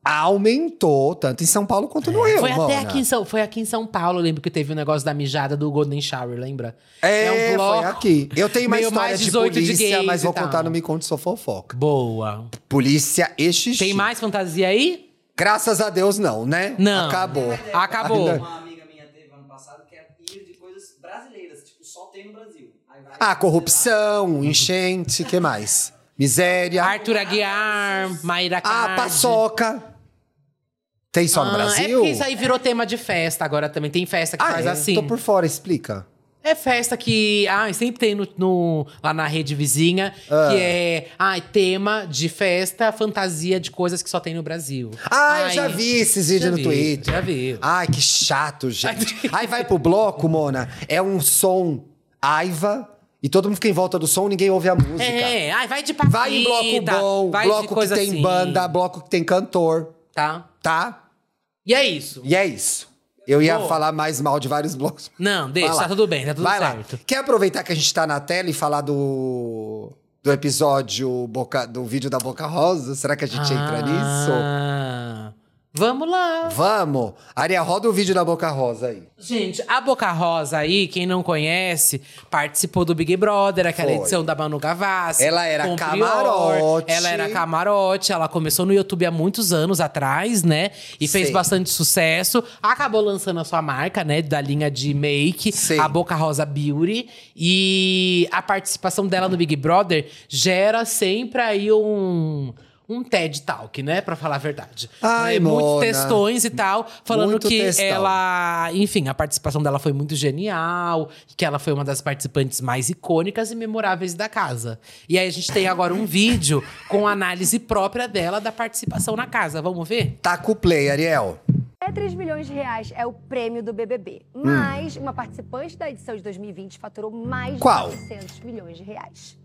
S3: aumentou, tanto em São Paulo quanto no Rio.
S4: É. Foi até
S3: Mona.
S4: aqui em São, foi aqui em São Paulo, eu lembro que teve o negócio da mijada do Golden Shower, lembra?
S3: É,
S4: um bloco
S3: foi aqui. Eu tenho uma
S4: meio
S3: história
S4: mais
S3: de
S4: 18
S3: polícia,
S4: gays
S3: mas
S4: e
S3: vou
S4: tal.
S3: contar no Me Conte Sou Fofoca.
S4: Boa.
S3: Polícia e xixi.
S4: Tem mais fantasia aí?
S3: Graças a Deus, não, né?
S4: Não.
S3: Acabou.
S4: Acabou.
S3: Ainda-
S7: Uma amiga minha teve ano passado que é ir de coisas brasileiras, tipo, só tem no Brasil. Aí vai-
S3: Ah, corrupção, enchente, que mais? Miséria.
S4: Arthur Aguiar, Maíra
S3: Ah,
S4: Cardi.
S3: paçoca. Tem só no
S4: Ah,
S3: Brasil?
S4: É porque isso aí virou tema de festa agora também. Tem festa que
S3: Ah,
S4: faz
S3: é?
S4: assim.
S3: Tô por fora, explica.
S4: É festa que. Ah, sempre tem no, no- lá na rede vizinha, que é. Ah, tema de festa, fantasia de coisas que só tem no Brasil.
S3: Ah, eu
S4: Ai,
S3: já vi esses vídeos
S4: já
S3: no
S4: vi,
S3: Twitter. Ah,
S4: Já vi.
S3: Ai,
S4: (laughs)
S3: que chato, gente. Aí vai pro bloco, Mona. É um som aiva e todo mundo fica em volta do som, ninguém ouve a música.
S4: É, ai, vai de papita.
S3: Vai em bloco bom,
S4: vai de
S3: bloco que
S4: coisa
S3: tem
S4: assim,
S3: banda, bloco que tem cantor,
S4: Tá?
S3: tá?
S4: E é isso.
S3: E é isso. Eu ia
S4: Boa.
S3: falar mais mal de vários blocos.
S4: Não, deixa,
S3: Vai lá.
S4: tá tudo bem, tá tudo
S3: Vai
S4: certo.
S3: lá. Quer aproveitar que a gente tá na tela e falar do, do episódio Boca- do vídeo da Boca Rosa? Será que a gente entra nisso?
S4: Ah, Vamos lá.
S3: Vamos! Aria, roda o vídeo da Boca Rosa aí.
S4: Gente, a Boca Rosa aí, quem não conhece, participou do Big Brother, aquela
S3: Foi.
S4: edição da Manu Gavassi.
S3: Ela era
S4: com o Prior,
S3: camarote.
S4: Ela era camarote, ela começou no YouTube há muitos anos atrás, né? E fez
S3: Sim.
S4: bastante sucesso. Acabou lançando a sua marca, né, da linha de make,
S3: Sim.
S4: a Boca Rosa Beauty. E a participação dela no Big Brother gera sempre aí um... Um TED Talk, né? Pra falar a verdade.
S3: Ai,
S4: É, Muitos
S3: Mona.
S4: textões e tal, falando
S3: Muito
S4: que
S3: textão.
S4: ela a- enfim, a participação dela foi muito genial, que ela foi uma das participantes mais icônicas e memoráveis da casa. E aí a gente tem agora um vídeo com análise própria dela da participação na casa. Vamos ver?
S3: Taca o play, Ariel.
S8: É 3 milhões de reais é o prêmio do BBB.
S3: Hum.
S8: Mas uma participante da edição de 2020 faturou mais
S3: Qual?
S8: de 900 milhões de reais.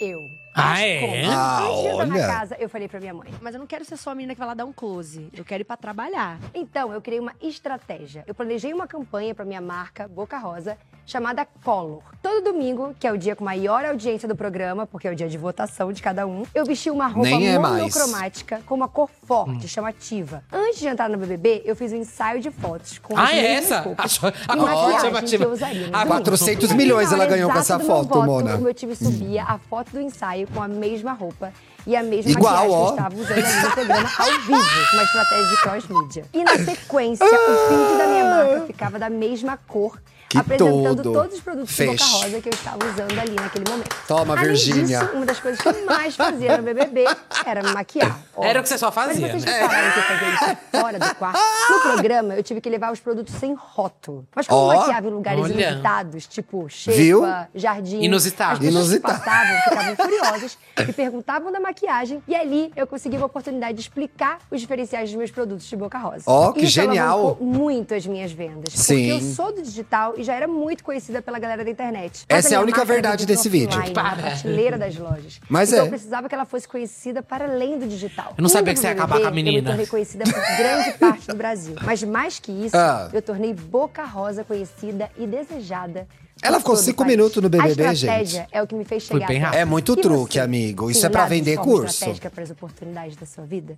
S8: Eu.
S4: Ah,
S8: Mas
S4: é?
S8: como?
S3: Ah,
S8: Antes de entrar
S3: olha.
S8: na casa, eu falei pra minha mãe.
S9: Mas eu não quero ser só a menina que vai lá dar um close. Eu quero ir pra trabalhar.
S8: Então, eu criei uma estratégia. Eu planejei uma campanha pra minha marca, Boca Rosa, chamada Color. Todo domingo, que é o dia com maior audiência do programa, porque é o dia de votação de cada um, eu vesti uma roupa
S3: Nem é mais. Hum.
S8: monocromática com uma cor forte, chamativa. Antes de entrar no BBB, eu fiz um ensaio de fotos com as
S4: Ah, é
S8: mesmas
S4: essa?
S8: roupas
S4: Acho-
S3: (laughs) Ah,
S8: e
S4: a cor
S8: maquiagem
S4: chamativa.
S8: que eu usaria.
S4: Ah,
S8: no
S3: 400
S8: domingo.
S3: milhões
S8: Na
S3: ela
S8: hora
S3: ganhou com
S8: exata
S3: essa
S8: do meu
S3: foto, Mona.
S8: O meu time subia a foto do ensaio com a mesma roupa e a mesma
S3: Igual,
S8: maquiagem
S3: ó.
S8: que eu estava usando ali no programa ao vivo, uma estratégia de cross-mídia. E na sequência, o print da minha marca ficava da mesma cor,
S3: Que
S8: apresentando
S3: tudo.
S8: todos os produtos de Boca
S3: Fecha.
S8: Rosa que eu estava usando ali naquele momento.
S3: Toma,
S8: Além
S3: Virgínia.
S8: disso, uma das coisas que eu mais fazia no BBB era me maquiar.
S4: (laughs)
S8: óbvio.
S4: Era o que você só fazia,
S8: Mas vocês
S4: né?
S8: repararam que eu fazia isso fora do quarto. No programa, eu tive que levar os produtos sem rótulo. Mas como
S3: Ó,
S8: eu maquiava em lugares
S4: olha.
S8: inusitados, tipo
S3: Viu?
S8: xepa, jardim...
S4: Inusitado.
S8: As pessoas que
S3: Inusitado.
S8: passavam ficavam curiosas e perguntavam da maquiagem. E ali, eu consegui uma oportunidade de explicar os diferenciais dos meus produtos de Boca Rosa.
S3: Ó, que
S8: Isso
S3: genial.
S8: alavancou muito as minhas vendas.
S3: Sim.
S8: Porque eu sou do digital e já era muito conhecida pela galera da internet.
S3: Essa é a
S8: minha
S3: única
S8: marca
S3: verdade
S8: é vendida
S3: desse vídeo.
S8: offline, na
S4: Para.
S8: prateleira das lojas.
S3: Mas
S8: então
S3: é.
S8: eu precisava que ela fosse conhecida para além do digital.
S4: Eu não sabia
S8: Indo
S4: que você ia
S8: pro
S4: acabar com a
S8: BBB,
S4: menina.
S8: Eu me tornei conhecida por grande parte do
S3: (laughs)
S8: Brasil. Mas mais que isso,
S3: Ah.
S8: eu tornei Boca Rosa conhecida e desejada. por
S3: Ela ficou
S8: todo o
S3: cinco
S8: país.
S3: minutos no BBB,
S8: a estratégia
S3: gente.
S8: é o que me fez
S4: Foi
S8: chegar
S4: bem
S8: até
S4: rápido.
S8: aqui.
S3: É muito
S8: E
S3: truque,
S8: você?
S3: amigo. Isso
S8: Tem
S3: é pra
S8: dado de
S3: vender
S8: forma
S3: curso.
S8: estratégica para as oportunidades da sua vida?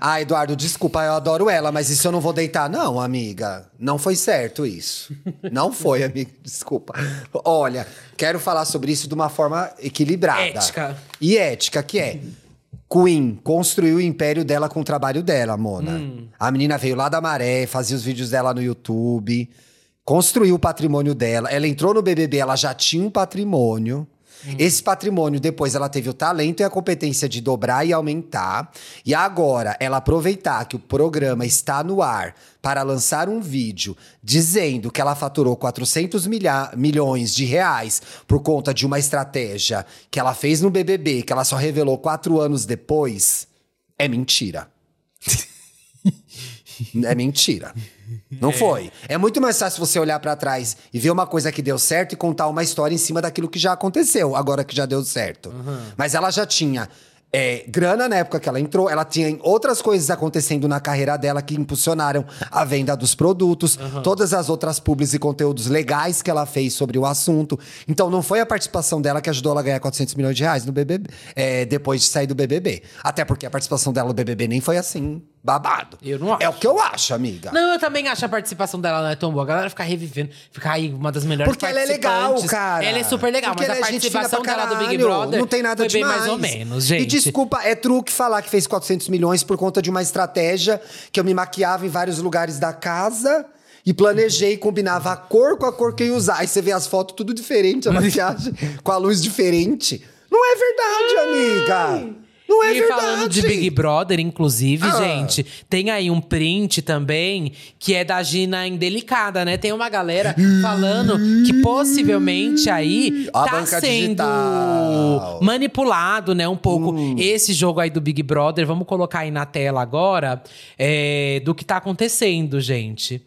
S3: Ah, Eduardo, desculpa, eu adoro ela, mas isso eu não vou deitar, não, amiga. Não foi certo isso. Não foi, (laughs) amiga, desculpa. Olha, quero falar sobre isso de uma forma equilibrada.
S4: Ética.
S3: E ética, que é. Queen construiu o império dela com o trabalho dela, Mona. A menina veio lá da maré, fazia os vídeos dela no YouTube, construiu o patrimônio dela. Ela entrou no BBB, ela já tinha um patrimônio. Esse patrimônio, depois ela teve o talento e a competência de dobrar e aumentar. E agora, ela aproveitar que o programa está no ar para lançar um vídeo dizendo que ela faturou 400 milha- milhões de reais por conta de uma estratégia que ela fez no BBB, que ela só revelou quatro anos depois, é mentira. É mentira. Não foi. É muito mais fácil você olhar pra trás e ver uma coisa que deu certo e contar uma história em cima daquilo que já aconteceu, agora que já deu certo. Mas ela já tinha é, grana na época que ela entrou, ela tinha outras coisas acontecendo na carreira dela que impulsionaram a venda dos produtos, todas as outras publis e conteúdos legais que ela fez sobre o assunto. Então não foi a participação dela que ajudou ela a ganhar 400 milhões de reais no BBB, é, depois de sair do BBB. Até porque a participação dela no BBB nem foi assim, babado.
S4: Eu não acho.
S3: É o que eu acho, amiga.
S4: Não, eu também acho a participação dela não é tão boa. A galera fica revivendo, fica aí uma das melhores
S3: Porque ela é legal,
S4: participantes.
S3: cara.
S4: Ela é super legal,
S3: Porque
S4: mas a
S3: ela é gente fina
S4: participação
S3: pra
S4: dela do Big
S3: caralho.
S4: Brother
S3: Não tem nada
S4: foi bem
S3: demais.
S4: mais ou menos, gente.
S3: E desculpa, é truque falar que fez 400 milhões por conta de uma estratégia que eu me maquiava em vários lugares da casa e planejei, combinava a cor com a cor que eu ia usar. Aí você vê as fotos tudo diferente, a maquiagem com a luz diferente. Não é verdade, amiga. Não é
S4: e
S3: verdade.
S4: falando de Big Brother, inclusive,
S3: Ah.
S4: gente, tem aí um print também que é da Gina Indelicada, né? Tem uma galera falando que possivelmente aí
S3: A
S4: tá
S3: banca
S4: sendo
S3: digital. Hum.
S4: manipulado, né? Um pouco esse jogo aí do Big Brother. Vamos colocar aí na tela agora é, do que tá acontecendo, gente.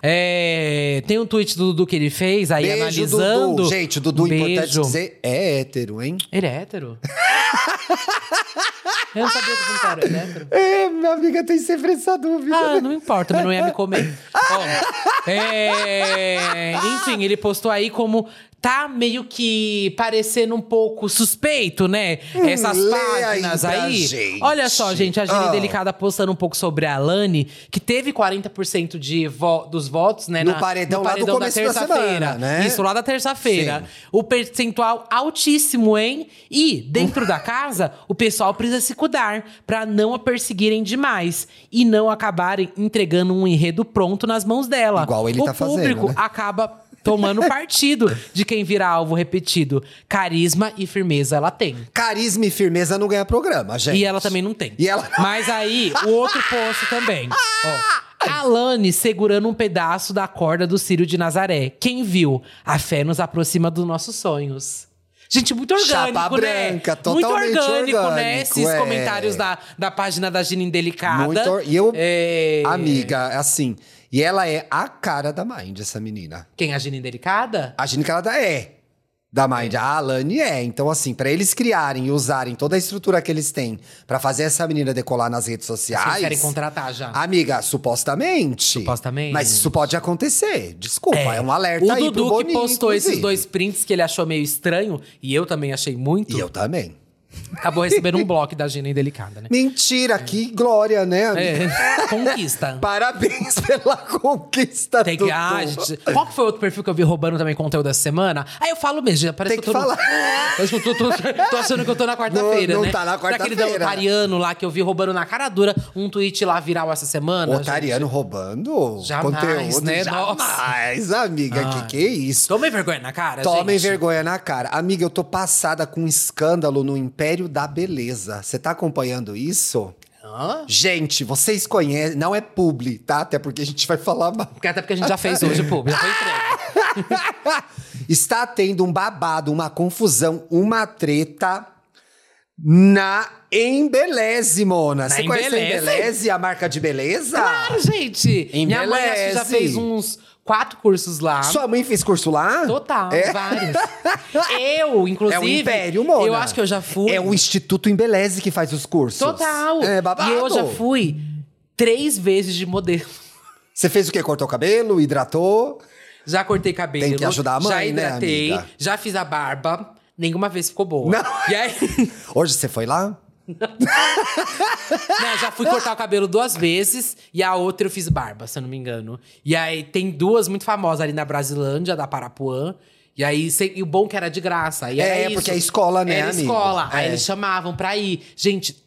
S4: É, tem um tweet do Dudu que ele fez aí
S3: Beijo,
S4: analisando.
S3: Dudu. Gente, o Dudu,
S4: Um
S3: importante
S4: beijo.
S3: dizer, é hétero, hein?
S4: Ele é hétero? (laughs) eu não sabia que ele era hétero.
S3: É, minha amiga tem sempre essa dúvida.
S4: Ah, não importa, mas não ia me
S3: (laughs)
S4: comer. Ó, é, Enfim, ele postou aí como tá meio que parecendo um pouco suspeito, né? Essas
S3: Hum, lê
S4: páginas
S3: aí pra
S4: aí.
S3: gente.
S4: Olha só, gente, a Gina
S3: Ah.
S4: Delicada postando um pouco sobre a Alane, que teve 40% de vo- dos votos, né?
S3: No paredão lá do começo da
S4: terça-feira.
S3: semana, né?
S4: Isso, lá da terça-feira. O percentual altíssimo, hein? E, dentro da casa, o pessoal precisa se cuidar pra não a perseguirem demais e não acabarem entregando um enredo pronto nas mãos dela.
S3: Igual ele
S4: o
S3: tá fazendo,
S4: público
S3: né?
S4: acaba tomando partido de quem vira alvo repetido. Carisma e firmeza ela tem.
S3: Carisma e firmeza não ganha programa, gente.
S4: E ela também não tem.
S3: E ela-
S4: Mas
S3: (laughs)
S4: aí, o outro posto também. Ó.
S3: Ah!
S4: Alane segurando um pedaço da corda do Círio de Nazaré. Quem viu? A fé nos aproxima dos nossos sonhos. Gente, muito orgânico,
S3: Chapa
S4: né?
S3: branca,
S4: muito
S3: totalmente
S4: orgânico, né?
S3: orgânico,
S4: Esses
S3: é.
S4: comentários da, da página da Gina Indelicada.
S3: Muito or- E eu,
S4: É...
S3: amiga, assim. E ela é a cara da Mind, essa menina.
S4: Quem é a Gina Indelicada?
S3: A Gina Calada é da Mind, a Alane é. Então, assim, pra eles criarem e usarem toda a estrutura que eles têm pra fazer essa menina decolar nas redes
S4: Vocês
S3: sociais.
S4: querem contratar já.
S3: Amiga, supostamente.
S4: Supostamente.
S3: Mas isso pode acontecer. Desculpa, é, um alerta
S4: O
S3: aí
S4: Dudu
S3: pro Boninho,
S4: que postou esses
S3: inclusive.
S4: dois prints que ele achou meio estranho, e eu também achei muito,
S3: E eu também. (laughs)
S4: acabou recebendo um bloco da Gina Indelicada, né?
S3: Mentira, que glória, né? amiga?
S4: (laughs) É, conquista.
S3: Parabéns pela conquista
S4: Tem que.
S3: Dudu.
S4: Ah, gente, qual que foi outro perfil que eu vi roubando também conteúdo essa semana? Aí eu falo mesmo, já parece eu
S3: Tem
S4: tô.
S3: que
S4: no-
S3: falar.
S4: (laughs) Parece que eu tô, tô- tô achando que eu tô na quarta-feira.
S3: Não- não
S4: né?
S3: tá na
S4: Daquele
S3: quarta-feira.
S4: da Otariano lá que eu vi roubando na cara dura um tweet lá viral essa semana.
S3: O Otariano roubando
S4: Jamais,
S3: conteúdo.
S4: né?
S3: Jamais, amiga.
S4: Ah.
S3: Que que é isso?
S4: gente. Tomem vergonha na cara.
S3: Tomem
S4: gente.
S3: vergonha na cara. Amiga, eu tô passada com um escândalo no Império da Beleza. Você tá acompanhando isso?
S4: Hã?
S3: Gente, vocês conhecem. Não é publi, tá? Até porque a gente vai falar mal.
S4: Porque até porque a gente já fez hoje, pô. Já foi
S3: Ah!
S4: entregue.
S3: (laughs) Está tendo um babado, uma confusão, uma treta na Embeleze, Mona.
S4: Na
S3: Você conhece a
S4: Embeleze?
S3: Embeleze, a marca de beleza?
S4: Claro, gente. Minha mãe acho que já
S3: Embeleze.
S4: fez uns quatro cursos lá.
S3: Sua mãe fez curso lá?
S4: Total,
S3: É?
S4: vários. Eu, inclusive.
S3: (laughs) É um império, Mona.
S4: Eu acho que eu já fui.
S3: É o Instituto Embeleze que faz os cursos.
S4: Total.
S3: É babado.
S4: E eu já fui três vezes de modelo.
S3: Você fez o quê? Cortou o cabelo? Hidratou?
S4: Já cortei cabelo.
S3: Tem que ajudar a mãe,
S4: Já
S3: né,
S4: hidratei.
S3: amiga?
S4: Já fiz a barba. Nenhuma vez ficou boa.
S3: Não.
S4: E aí, (laughs)
S3: Hoje você foi lá?
S4: né, já fui cortar o cabelo duas vezes. E a outra eu fiz barba, se eu não me engano. E aí, tem duas muito famosas ali na Brasilândia, da Parapuã. E aí, cê- e o bom que era de graça. E
S3: É,
S4: era isso.
S3: porque é escola, né,
S4: Era
S3: amigo?
S4: escola. Aí
S3: É.
S4: eles chamavam pra ir. Gente,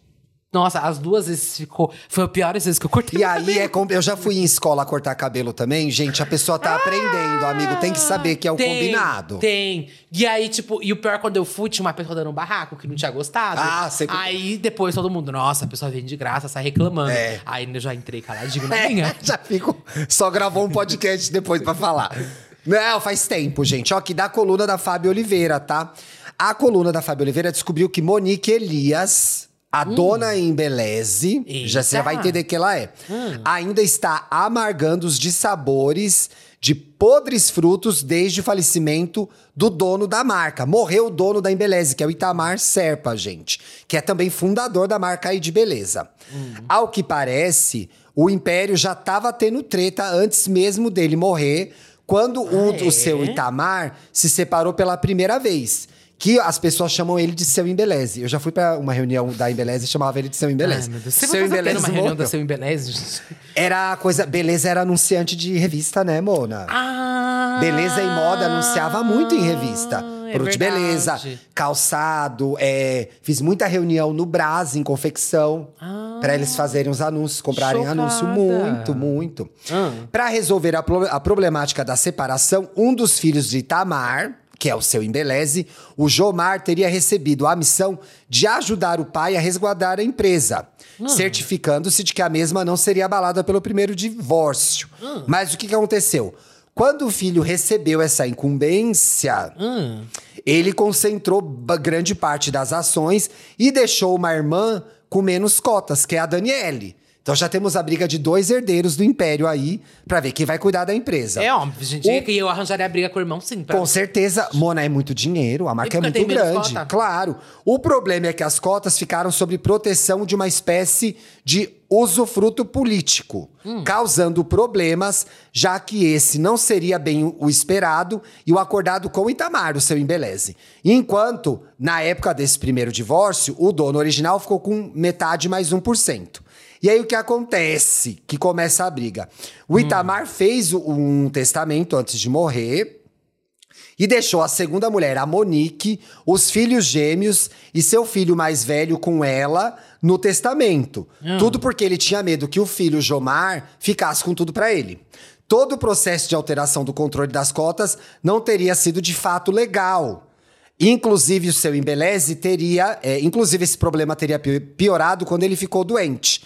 S4: Nossa, as duas vezes ficou. Foi o pior às vezes que eu cortei.
S3: E
S4: meu
S3: aí,
S4: cabelo.
S3: é com- eu já fui em escola cortar cabelo também. Gente, a pessoa tá aprendendo, amigo. Tem que saber que é o
S4: Ah! Tem,
S3: combinado.
S4: Tem. E aí, tipo, e o pior, quando eu fui, tinha uma pessoa dando um barraco que não tinha gostado.
S3: Ah, sempre tem.
S4: Aí depois todo mundo, nossa, a pessoa vem de graça, sai reclamando.
S3: É.
S4: Aí eu já entrei caladinho na minha.
S3: (laughs) Já fico. Só gravou um podcast depois pra falar. Não, faz tempo, gente. Ó, que da coluna da Fábio Oliveira, tá? A coluna da Fábio Oliveira descobriu que Monique Elias, a dona Embeleze, já você
S4: Hum.
S3: já
S4: Eita.
S3: vai entender que ela é, ainda está amargando os dissabores de podres frutos desde o falecimento do dono da marca. Morreu o dono da Embeleze, que é o Itamar Serpa, gente, que é também fundador da marca aí de beleza. Ao que parece, o Império já estava tendo treta antes mesmo dele morrer, quando o,
S4: Ah, é?
S3: o seu Itamar se separou pela primeira vez. Que as pessoas chamam ele de seu Embeleze. Eu já fui para uma reunião da Embeleze e chamava ele de seu Embeleze.
S4: Ai, meu Deus. Você
S3: Seu
S4: vai fazer
S3: Embeleze
S4: uma reunião
S3: morreu.
S4: da seu embeleze, gente?
S3: Era a coisa. Beleza era anunciante de revista, né, Mona?
S4: Ah!
S3: (laughs) Beleza e moda anunciava muito em revista.
S4: É
S3: Produto de beleza,
S4: verdade.
S3: calçado. é, fiz muita reunião no Brás, em confecção.
S4: Ah.
S3: Pra eles fazerem os anúncios, comprarem
S4: Chocada.
S3: anúncio. Muito, muito.
S4: Ah.
S3: Pra resolver a, pro- a problemática da separação, um dos filhos de Itamar, que é o seu embeleze, o Jomar teria recebido a missão de ajudar o pai a resguardar a empresa, certificando-se de que a mesma não seria abalada pelo primeiro divórcio. Mas o que, que aconteceu? Quando o filho recebeu essa incumbência,
S4: Hum.
S3: ele concentrou ba- grande parte das ações e deixou uma irmã com menos cotas, que é a Daniele. Então já temos a briga de dois herdeiros do império aí, pra ver quem vai cuidar da empresa.
S4: É óbvio, gente.
S3: O-
S4: E eu arranjaria a briga com o irmão, sim. assim, pra-
S3: Com certeza, Mona, é muito dinheiro, a marca é
S4: porque
S3: muito
S4: tem menos
S3: grande.
S4: cota?
S3: Claro. O problema é que as cotas ficaram sob proteção de uma espécie de usufruto político,
S4: Hum.
S3: causando problemas, já que esse não seria bem o esperado e o acordado com Itamar, o seu embeleze. Enquanto, na época desse primeiro divórcio, o dono original ficou com metade mais 1%. E aí o que acontece? Que começa a briga. O
S4: Hum.
S3: Itamar fez um testamento antes de morrer, e deixou a segunda mulher, a Monique, os filhos gêmeos e seu filho mais velho com ela no testamento. Tudo porque ele tinha medo que o filho Jomar ficasse com tudo pra ele. Todo o processo de alteração do controle das cotas não teria sido de fato legal. Inclusive, o seu embeleze teria. é, inclusive, esse problema teria pi- piorado quando ele ficou doente.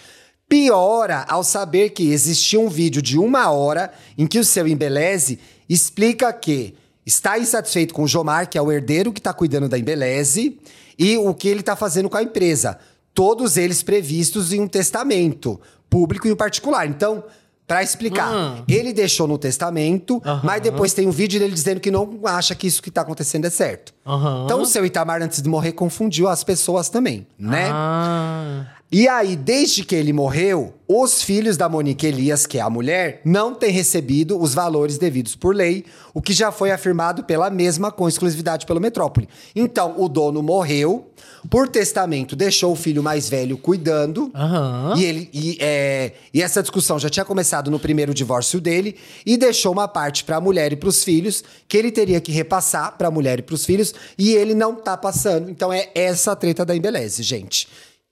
S3: Piora ao saber que existia um vídeo de uma hora em que o seu embeleze explica que está insatisfeito com o Jomar, que é o herdeiro que está cuidando da embeleze, e o que ele está fazendo com a empresa. Todos eles previstos em um testamento, público e em particular. Então, para explicar,
S4: Hum.
S3: ele deixou no testamento,
S4: Aham.
S3: mas depois tem um vídeo dele dizendo que não acha que isso que está acontecendo é certo.
S4: Aham.
S3: Então, o seu Itamar, antes de morrer, confundiu as pessoas também, né?
S4: Ah.
S3: E aí, desde que ele morreu, os filhos da Monique Elias, que é a mulher, não têm recebido os valores devidos por lei, o que já foi afirmado pela mesma com exclusividade pelo Metrópole. Então, o dono morreu, por testamento deixou o filho mais velho cuidando.
S4: Aham.
S3: E, ele, e, é, e essa discussão já tinha começado no primeiro divórcio dele e deixou uma parte para a mulher e para os filhos que ele teria que repassar para a mulher e para os filhos e ele não tá passando. Então é essa a treta da embeleze, gente.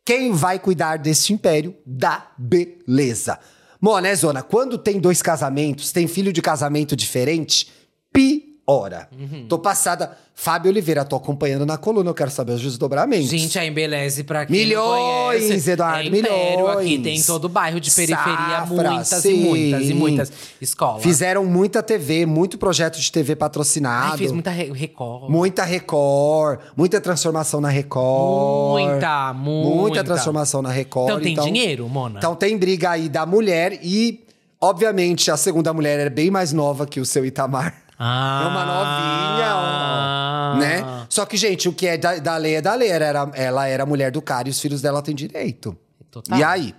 S3: Quem vai cuidar deste império da beleza? Mô, né, Zona? Quando tem dois casamentos, tem filho de casamento diferente, piora.
S4: Uhum.
S3: Tô passada. Fábio Oliveira, tô acompanhando na coluna, eu quero saber os desdobramentos.
S4: Gente, a Embeleze, pra quem não
S3: Milhões,
S4: conhece,
S3: Eduardo,
S4: é império aqui,
S3: milhões.
S4: tem todo o bairro de periferia,
S3: Safra,
S4: muitas
S3: sim.
S4: e muitas e muitas escolas.
S3: Fizeram muita TV, muito projeto de TV patrocinado.
S4: Ai, fez muita re Record.
S3: Muita Record, muita transformação na Record.
S4: Muita,
S3: Muita
S4: muita.
S3: transformação na Record.
S4: Então tem dinheiro, Mona?
S3: Então tem briga aí da mulher e, obviamente, a segunda mulher é bem mais nova que o seu Itamar.
S4: Ah.
S3: É uma novinha, ó, né? Só que, gente, o que é da, da lei é da lei. Ela era, ela era a mulher do cara e os filhos dela têm direito.
S4: Total.
S3: E aí?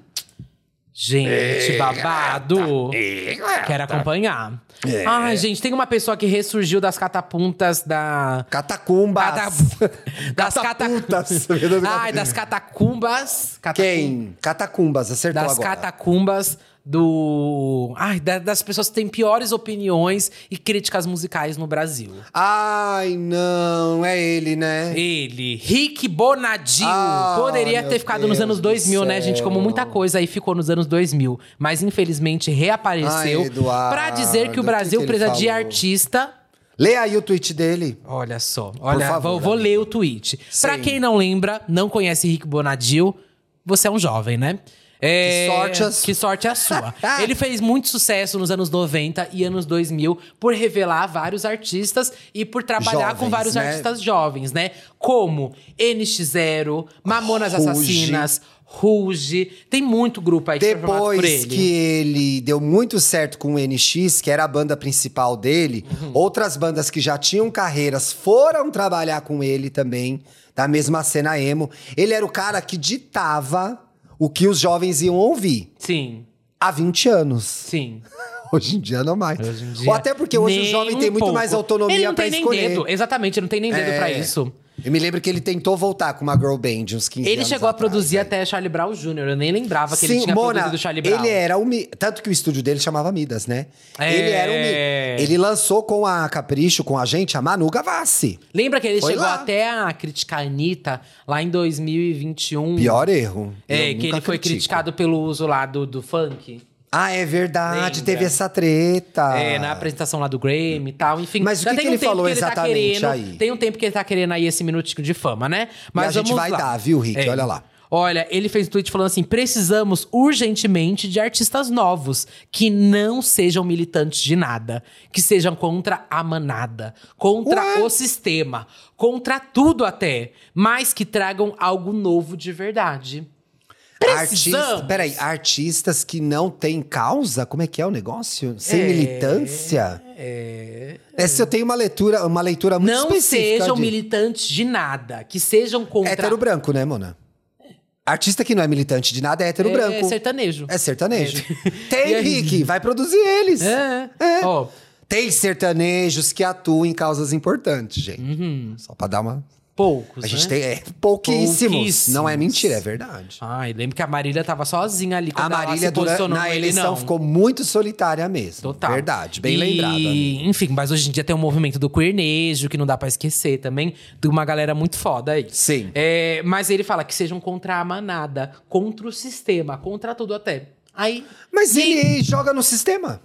S4: Gente, babado. Quero acompanhar.
S3: É.
S4: Ai, gente, tem uma pessoa que ressurgiu das catapuntas da.
S3: Catacumbas. (laughs)
S4: (laughs) Das (laughs)
S3: Catapultas.
S4: catacumbas. Ai, das catacumbas. Catacum-
S3: Quem? Catacumbas, acertou
S4: Das
S3: agora.
S4: catacumbas do. Ai, da- das pessoas que têm piores opiniões e críticas musicais no Brasil.
S3: Ai, não, é ele, né?
S4: Ele, Rick Bonadil,
S3: Ah,
S4: poderia
S3: meu
S4: ter ficado nos
S3: Deus
S4: anos
S3: do
S4: 2000, né, gente? Como muita
S3: céu.
S4: coisa aí ficou nos anos 2000, mas infelizmente reapareceu
S3: Ai, Eduardo,
S4: pra dizer que o
S3: o que
S4: Brasil
S3: que ele
S4: precisa de
S3: falou?
S4: artista
S3: Lê aí o tweet dele.
S4: Olha só. Olha,
S3: favor,
S4: vou, vou
S3: amigo.
S4: ler o tweet. Pra
S3: Sim.
S4: quem não lembra, não conhece Rick Bonadil, você é um jovem, né? É,
S3: Que sorte a su-
S4: que sorte a sua.
S3: (laughs)
S4: Ele fez muito sucesso nos anos 90 e anos 2000 por revelar vários artistas e por trabalhar com
S3: Jovens,
S4: vários
S3: né?
S4: artistas jovens, né? Como NX0, Mamonas
S3: Ruge.
S4: Assassinas, Ruge. Tem muito grupo aí que foi formado por
S3: Depois
S4: ele.
S3: que ele deu muito certo com o NX, que era a banda principal dele,
S4: Uhum.
S3: outras bandas que já tinham carreiras foram trabalhar com ele também, da mesma cena emo. Ele era o cara que ditava o que os jovens iam ouvir
S4: Sim,
S3: há 20 anos. (laughs)
S4: sim.
S3: Hoje em dia não mais.
S4: Hoje em dia,
S3: Ou até porque hoje
S4: nem
S3: o jovem tem
S4: um
S3: muito
S4: pouco.
S3: mais
S4: Ele não
S3: autonomia pra
S4: tem nem
S3: escolher.
S4: dedo, Exatamente, não tem nem dedo
S3: É.
S4: pra isso.
S3: Eu me lembro que ele tentou voltar com uma girl band uns 15
S4: Ele
S3: anos
S4: chegou a
S3: atrás,
S4: produzir
S3: né?
S4: até Charlie Brown Jr. Eu nem lembrava que ele tinha produzido Charlie Brown.
S3: Ele era um. Mi- Tanto que o estúdio dele chamava Midas, né?
S4: É.
S3: Ele era um. Mi- Ele lançou com a Capricho, com a gente, a Manu Gavassi.
S4: Lembra que ele
S3: Foi
S4: chegou
S3: lá.
S4: até a criticar a Anitta lá em 2021?
S3: Pior erro.
S4: É,
S3: Eu
S4: que
S3: nunca
S4: ele foi
S3: critico.
S4: criticado pelo uso lá do, do funk.
S3: Ah, é verdade.
S4: Lembra?
S3: Teve essa treta.
S4: É, na apresentação lá do Grammy e tal, enfim.
S3: Ah. Mas o
S4: já
S3: que
S4: tem
S3: que
S4: um
S3: ele
S4: tempo
S3: falou exatamente
S4: tá querendo,
S3: aí?
S4: Tem um tempo que ele tá querendo aí esse minutinho de fama, né?
S3: a gente
S4: vamos
S3: vai
S4: lá. É.
S3: dar, viu, Rick? Olha lá.
S4: Olha, ele fez um tweet falando assim: precisamos urgentemente de artistas novos que não sejam militantes de nada, que sejam contra a manada, contra
S3: Ué?
S4: o sistema, contra tudo até, mas que tragam algo novo de verdade. Precisamos.
S3: Artista, peraí, artistas que não têm causa? Como é que é o negócio? Sem
S4: É.
S3: militância?
S4: É.
S3: Essa eu tenho uma leitura, uma leitura muito
S4: não
S3: específica.
S4: sejam
S3: de-
S4: militantes de nada, que sejam contra.
S3: Hétero branco, né, Mona? Artista que não é militante de nada é hétero
S4: é,
S3: branco.
S4: sertanejo.
S3: É sertanejo.
S4: E
S3: (laughs) Tem,
S4: aí?
S3: Rick, vai produzir eles.
S4: É. Ó,
S3: Tem sertanejos que atuam em causas importantes, gente.
S4: Uhum.
S3: Só pra dar uma.
S4: poucos.
S3: A gente
S4: né?
S3: tem é, pouquíssimos.
S4: Pouquíssimos.
S3: Não é mentira, é verdade.
S4: Ai, lembro que a Marília tava sozinha ali quando
S3: a Marília
S4: ela se
S3: durante,
S4: posicionou
S3: na
S4: no ele,
S3: eleição
S4: não.
S3: ficou muito solitária mesmo.
S4: Total.
S3: Verdade, bem
S4: E,
S3: lembrada. amiga.
S4: Enfim, mas hoje em dia tem o movimento do queernejo, que não dá pra esquecer também, de uma galera muito foda aí.
S3: Sim.
S4: É, mas ele fala que sejam contra a manada, contra o sistema, contra tudo até. Aí.
S3: Mas
S4: e,
S3: ele joga no sistema.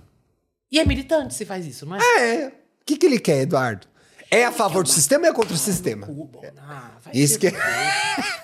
S4: E é militante se faz isso, não é?
S3: É. O que, que ele quer, Eduardo? É a favor do sistema ou é contra o sistema?
S4: Ah, vai
S3: É. Isso que.
S4: (laughs)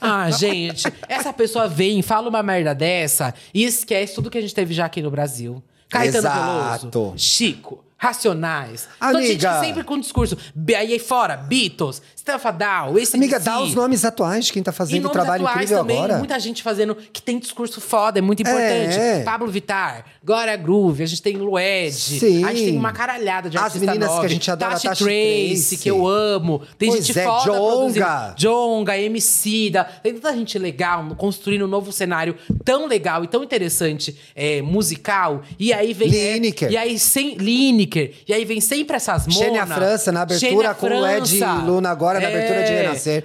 S4: Ah, gente, essa pessoa vem, fala uma merda dessa e esquece tudo que a gente teve já aqui no Brasil. Caetano
S3: Exato.
S4: Veloso, Chico, Racionais. Toda
S3: Amiga.
S4: gente que sempre com discurso. Be- Aí fora, Beatles, Stanfa Dow, esse
S3: Amiga, dá os nomes atuais de quem tá
S4: e
S3: fazendo o
S4: nomes
S3: trabalho
S4: atuais
S3: incrível
S4: também,
S3: agora.
S4: muita gente fazendo que tem discurso foda, é muito importante.
S3: É.
S4: Pablo Vittar, Glória Groove, a gente tem Lued,
S3: Sim.
S4: a gente tem uma caralhada de
S3: As
S4: artista
S3: meninas
S4: nova,
S3: que a gente adora,
S4: Tati
S3: Tati
S4: Tracy,
S3: Tracy.
S4: que eu amo. Tem
S3: Pois
S4: gente
S3: é,
S4: foda
S3: Djonga.
S4: produzindo. Jonga, Emicida, tem tanta gente legal no- construindo um novo cenário tão legal e tão interessante é, musical. E aí vem é,
S3: Lineker.
S4: e aí sem Lineker, e aí vem sempre essas monas.
S3: Xênia França na abertura com o Ed e Luna agora na abertura de Renascer.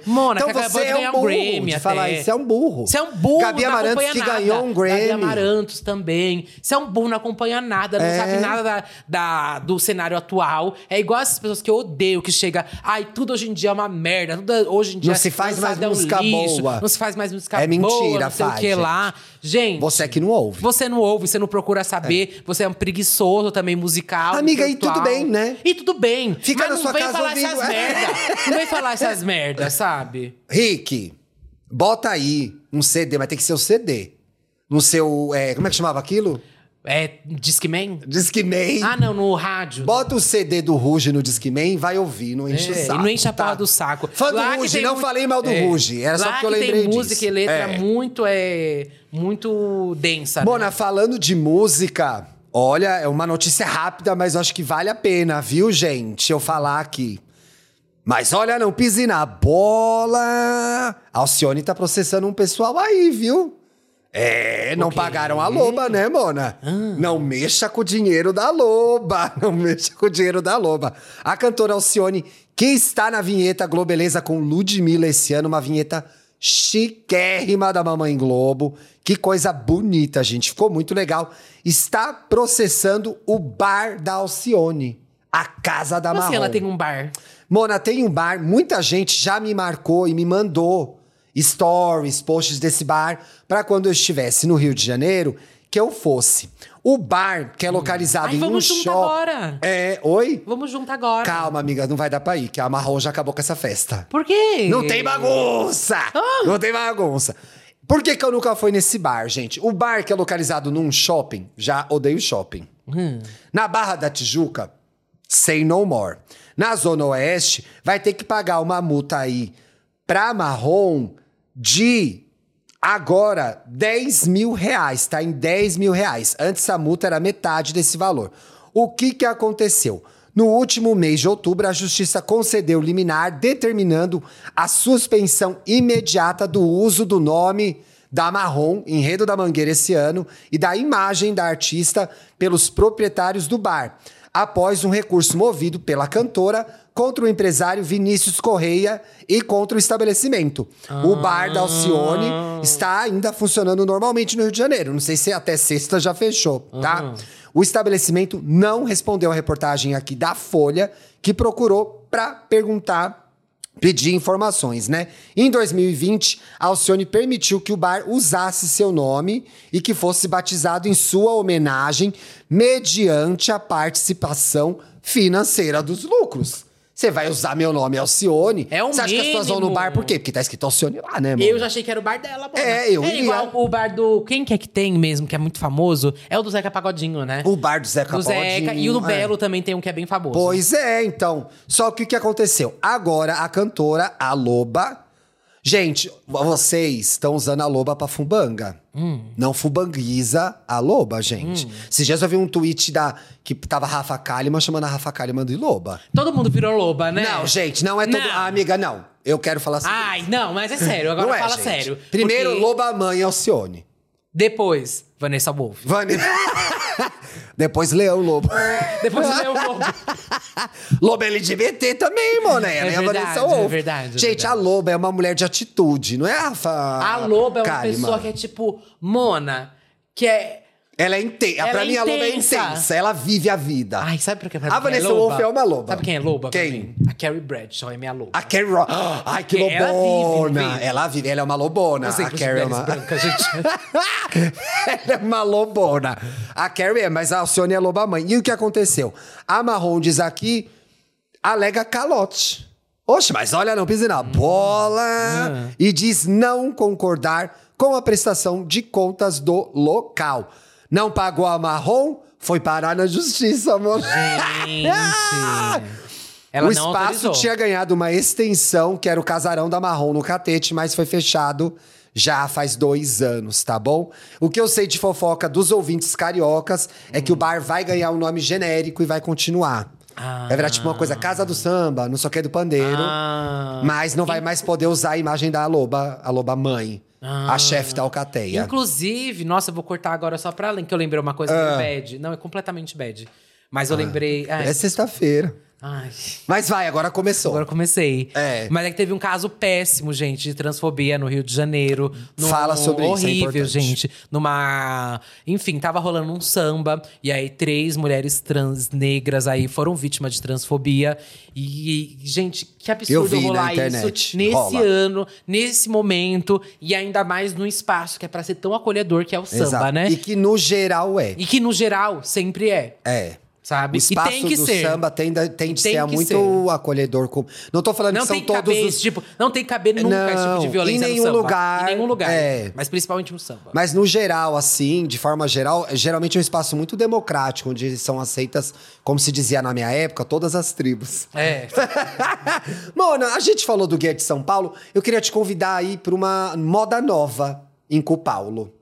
S4: É. Mona,
S3: então
S4: que acabou
S3: você
S4: de
S3: é
S4: ganhar
S3: um burro
S4: Grammy
S3: de
S4: até.
S3: falar isso, é um burro.
S4: Você é um burro,
S3: Gabi
S4: não
S3: Amarantos
S4: acompanha
S3: que
S4: nada.
S3: ganhou um
S4: Gabi
S3: Grammy.
S4: Amarantos também. Você é um burro, não acompanha nada, não
S3: É.
S4: sabe nada da, da- do cenário atual. É igual essas pessoas que eu odeio, que chega, ai, tudo hoje em dia é uma merda, tudo hoje em dia
S3: Não se faz mais
S4: lançado é um
S3: música
S4: lixo,
S3: boa.
S4: Não se faz mais música
S3: É mentira,
S4: boa, não sei o
S3: faz,
S4: que
S3: gente.
S4: lá. Gente,
S3: Você é que não ouve.
S4: você não ouve, você não procura saber, você é um preguiçoso também musical.
S3: Amiga, e
S4: intelectual.
S3: tudo bem, né?
S4: E tudo bem.
S3: Fica
S4: mas
S3: na
S4: não
S3: sua
S4: vem
S3: casa
S4: falar
S3: ouvindo-
S4: essas merdas. Não vem falar essas
S3: (laughs)
S4: merdas, sabe?
S3: Rick, bota aí um CD, mas tem que ser o CD. No seu. é, como é que chamava aquilo?
S4: É, Discman?
S3: Discman.
S4: Ah, não, no rádio.
S3: Bota o CD do Ruge no Discman, vai ouvir, não enche o
S4: É, e
S3: saco.
S4: não enche a porra
S3: tá?
S4: do saco.
S3: Fã do
S4: Lá que
S3: Ruge,
S4: tem
S3: não
S4: mu-
S3: falei mal do
S4: É.
S3: Ruge.
S4: Lá
S3: Era só porque eu lembrei
S4: tem música
S3: disso.
S4: e letra né?
S3: É.
S4: muito, é, muito densa.
S3: Mona,
S4: né?
S3: falando de música, olha, é uma notícia rápida, mas eu acho que vale a pena, viu, gente? Eu falar aqui. Mas olha, não pise na bola. Alcione tá processando um pessoal aí, viu? É, não pagaram a loba, né, Mona?
S4: Ah.
S3: Não mexa com o dinheiro da loba. (laughs) Não mexa com o dinheiro da loba. A cantora Alcione, que está na vinheta Globeleza com Ludmilla esse ano, uma vinheta chiquérrima da Mamãe Globo. Que coisa bonita, gente. Ficou muito legal. Está processando o bar da Alcione, a Casa da
S4: Como
S3: Marrom.
S4: assim ela tem um bar?
S3: Mona, tem um bar, muita gente já me marcou e me mandou stories, posts desse bar, para quando eu estivesse no Rio de Janeiro, que eu fosse. O bar, que é localizado
S4: Ai,
S3: em um
S4: vamos junto
S3: shopping.
S4: agora.
S3: É, oi?
S4: Vamos junto agora.
S3: Calma, amiga, não vai dar pra ir, que a Marrom já acabou com essa festa.
S4: Por quê?
S3: Não tem bagunça! Não tem bagunça. Por que, que eu nunca fui nesse bar, gente? O bar que é localizado num shopping, já odeio shopping. Na Barra da Tijuca, sem no more. Na Zona Oeste, vai ter que pagar uma multa aí pra marrom de agora 10 mil reais. Tá em 10 mil reais. Antes a multa era metade desse valor. O que que aconteceu? No último mês de outubro, a justiça concedeu liminar determinando a suspensão imediata do uso do nome da Marrom, Enredo da Mangueira esse ano, e da imagem da artista pelos proprietários do bar, após um recurso movido pela cantora contra o empresário Vinícius Correia e contra o estabelecimento. O bar da Alcione está ainda funcionando normalmente no Rio de Janeiro. Não sei se até sexta já fechou, tá? O estabelecimento não respondeu à reportagem aqui da Folha, que procurou para perguntar pedir informações, né? Em 2020, a Alcione permitiu que o bar usasse seu nome e que fosse batizado em sua homenagem mediante a participação financeira dos lucros. Você vai usar meu nome Alcione?
S4: É um
S3: Você acha que as pessoas vão no
S4: mínimo.
S3: bar por quê? Porque tá escrito Alcione lá, né, mano?
S4: Eu já achei que era o bar dela, pô.
S3: É, eu
S4: É
S3: iria.
S4: igual o bar do... Quem que é que tem mesmo, que é muito famoso? É o do Zeca Pagodinho, né?
S3: O bar do Zeca
S4: do Zeca. E o do
S3: Pagodinho, é.
S4: Belo também tem um que é bem famoso.
S3: Pois é, então. Só que o que aconteceu? Agora a cantora, a Loba. Gente, vocês estão usando a Loba pra fumbanga.
S4: Hum.
S3: Não fubanguiza a Loba, gente. Esses dias eu vi um tweet da que tava Rafa Kalimann chamando a Rafa Kalimann de Loba.
S4: Todo mundo virou loba, né?
S3: Não, gente, não é todo.
S4: Não.
S3: Ah, amiga, não. Eu quero falar assim.
S4: Ai, não, mas é sério. Agora
S3: não é,
S4: fala
S3: gente.
S4: sério.
S3: Primeiro,
S4: Porque
S3: Loba Mãe Alcione.
S4: Depois, Vanessa Wolff. (laughs)
S3: Vani. Depois Leão Lobo. (laughs)
S4: Depois o Leo Lobo.
S3: Loba LGBT também, moné.
S4: É
S3: né?
S4: verdade,
S3: a Vanessa Wolff.
S4: é verdade, é
S3: Gente,
S4: verdade.
S3: a Loba é uma mulher de atitude, não é a Rafa?
S4: A loba é uma
S3: Kalimann?
S4: pessoa que é tipo Mona, que é...
S3: Ela é intensa.
S4: Ela
S3: Pra
S4: é
S3: mim, a Loba é
S4: intensa.
S3: intensa. Ela vive a vida.
S4: Ai, sabe por que pra
S3: A
S4: mim quem
S3: Vanessa
S4: é loba?
S3: Wolff é uma loba.
S4: Sabe quem é loba pra
S3: Quem?
S4: mim? A Carrie Bradshaw é minha loba.
S3: A Carrie Ro... (gasps) Ai, que
S4: Ela vive,
S3: lobona. Ela
S4: não
S3: vive,
S4: vive?
S3: ela é uma lobona.
S4: Eu sei
S3: a
S4: que
S3: Carrie é uma...
S4: branca, gente.
S3: (laughs) Ela é uma lobona. A Carrie é, mas a Alcione é loba mãe. E o que aconteceu? A Marrom diz aqui, alega calote. Oxe, mas olha, não pise
S4: Hum.
S3: na
S4: Ah.
S3: bola. E diz não concordar com a prestação de contas do local. Não pagou a Marrom, foi parar na justiça, amor. (laughs)
S4: Gente. (laughs) Ela não
S3: o espaço
S4: autorizou.
S3: tinha ganhado uma extensão, que era o casarão da Marrom no Catete, mas foi fechado já faz dois anos, tá bom? O que eu sei de fofoca dos ouvintes cariocas é que o bar vai ganhar um nome genérico e vai continuar.
S4: Ah.
S3: Vai virar tipo uma coisa Casa do Samba, não sei o que do Pandeiro.
S4: Ah.
S3: Mas não vai mais poder usar a imagem da Loba, a Loba mãe,
S4: Ah.
S3: a chefe da Alcateia.
S4: Inclusive, nossa, eu vou cortar agora só pra além, que eu lembrei uma coisa do bad. Não, é completamente bad. Mas eu lembrei. Ai,
S3: Ah. É sexta-feira.
S4: ai,
S3: Mas vai, agora começou.
S4: agora eu comecei.
S3: É.
S4: Mas é que teve um caso péssimo, gente, de transfobia no Rio de Janeiro. Num-
S3: Fala sobre isso, é
S4: Horrível,
S3: importante.
S4: gente. Numa. Enfim, tava rolando um samba. E aí, três mulheres trans negras aí foram vítimas de transfobia. E, e, gente, que absurdo
S3: Eu vi na
S4: rolar
S3: internet.
S4: isso nesse
S3: Rola.
S4: ano, nesse momento. E ainda mais num espaço que é pra ser tão acolhedor que é o samba,
S3: Exato.
S4: né?
S3: E que no geral é.
S4: E que, no geral, sempre é,
S3: É.
S4: sabe?
S3: O espaço
S4: e tem que
S3: do
S4: ser.
S3: samba tem, da- tem de
S4: Tem
S3: ser
S4: que
S3: muito
S4: ser.
S3: acolhedor. Com... Não tô falando
S4: não
S3: que são
S4: tem que
S3: todos
S4: caber,
S3: os...
S4: esse tipo, não tem que caber nunca esse tipo
S3: Não,
S4: de
S3: em
S4: violência
S3: nenhum
S4: no samba.
S3: lugar,
S4: Em nenhum lugar.
S3: é.
S4: Mas principalmente no samba.
S3: Mas no geral, assim, de forma geral, é geralmente é um espaço muito democrático, onde são aceitas, como se dizia na minha época, todas as tribos. (laughs)
S4: É.
S3: Mona, a gente falou do Guia de São Paulo. Eu queria te convidar aí para uma moda nova em Copaulo.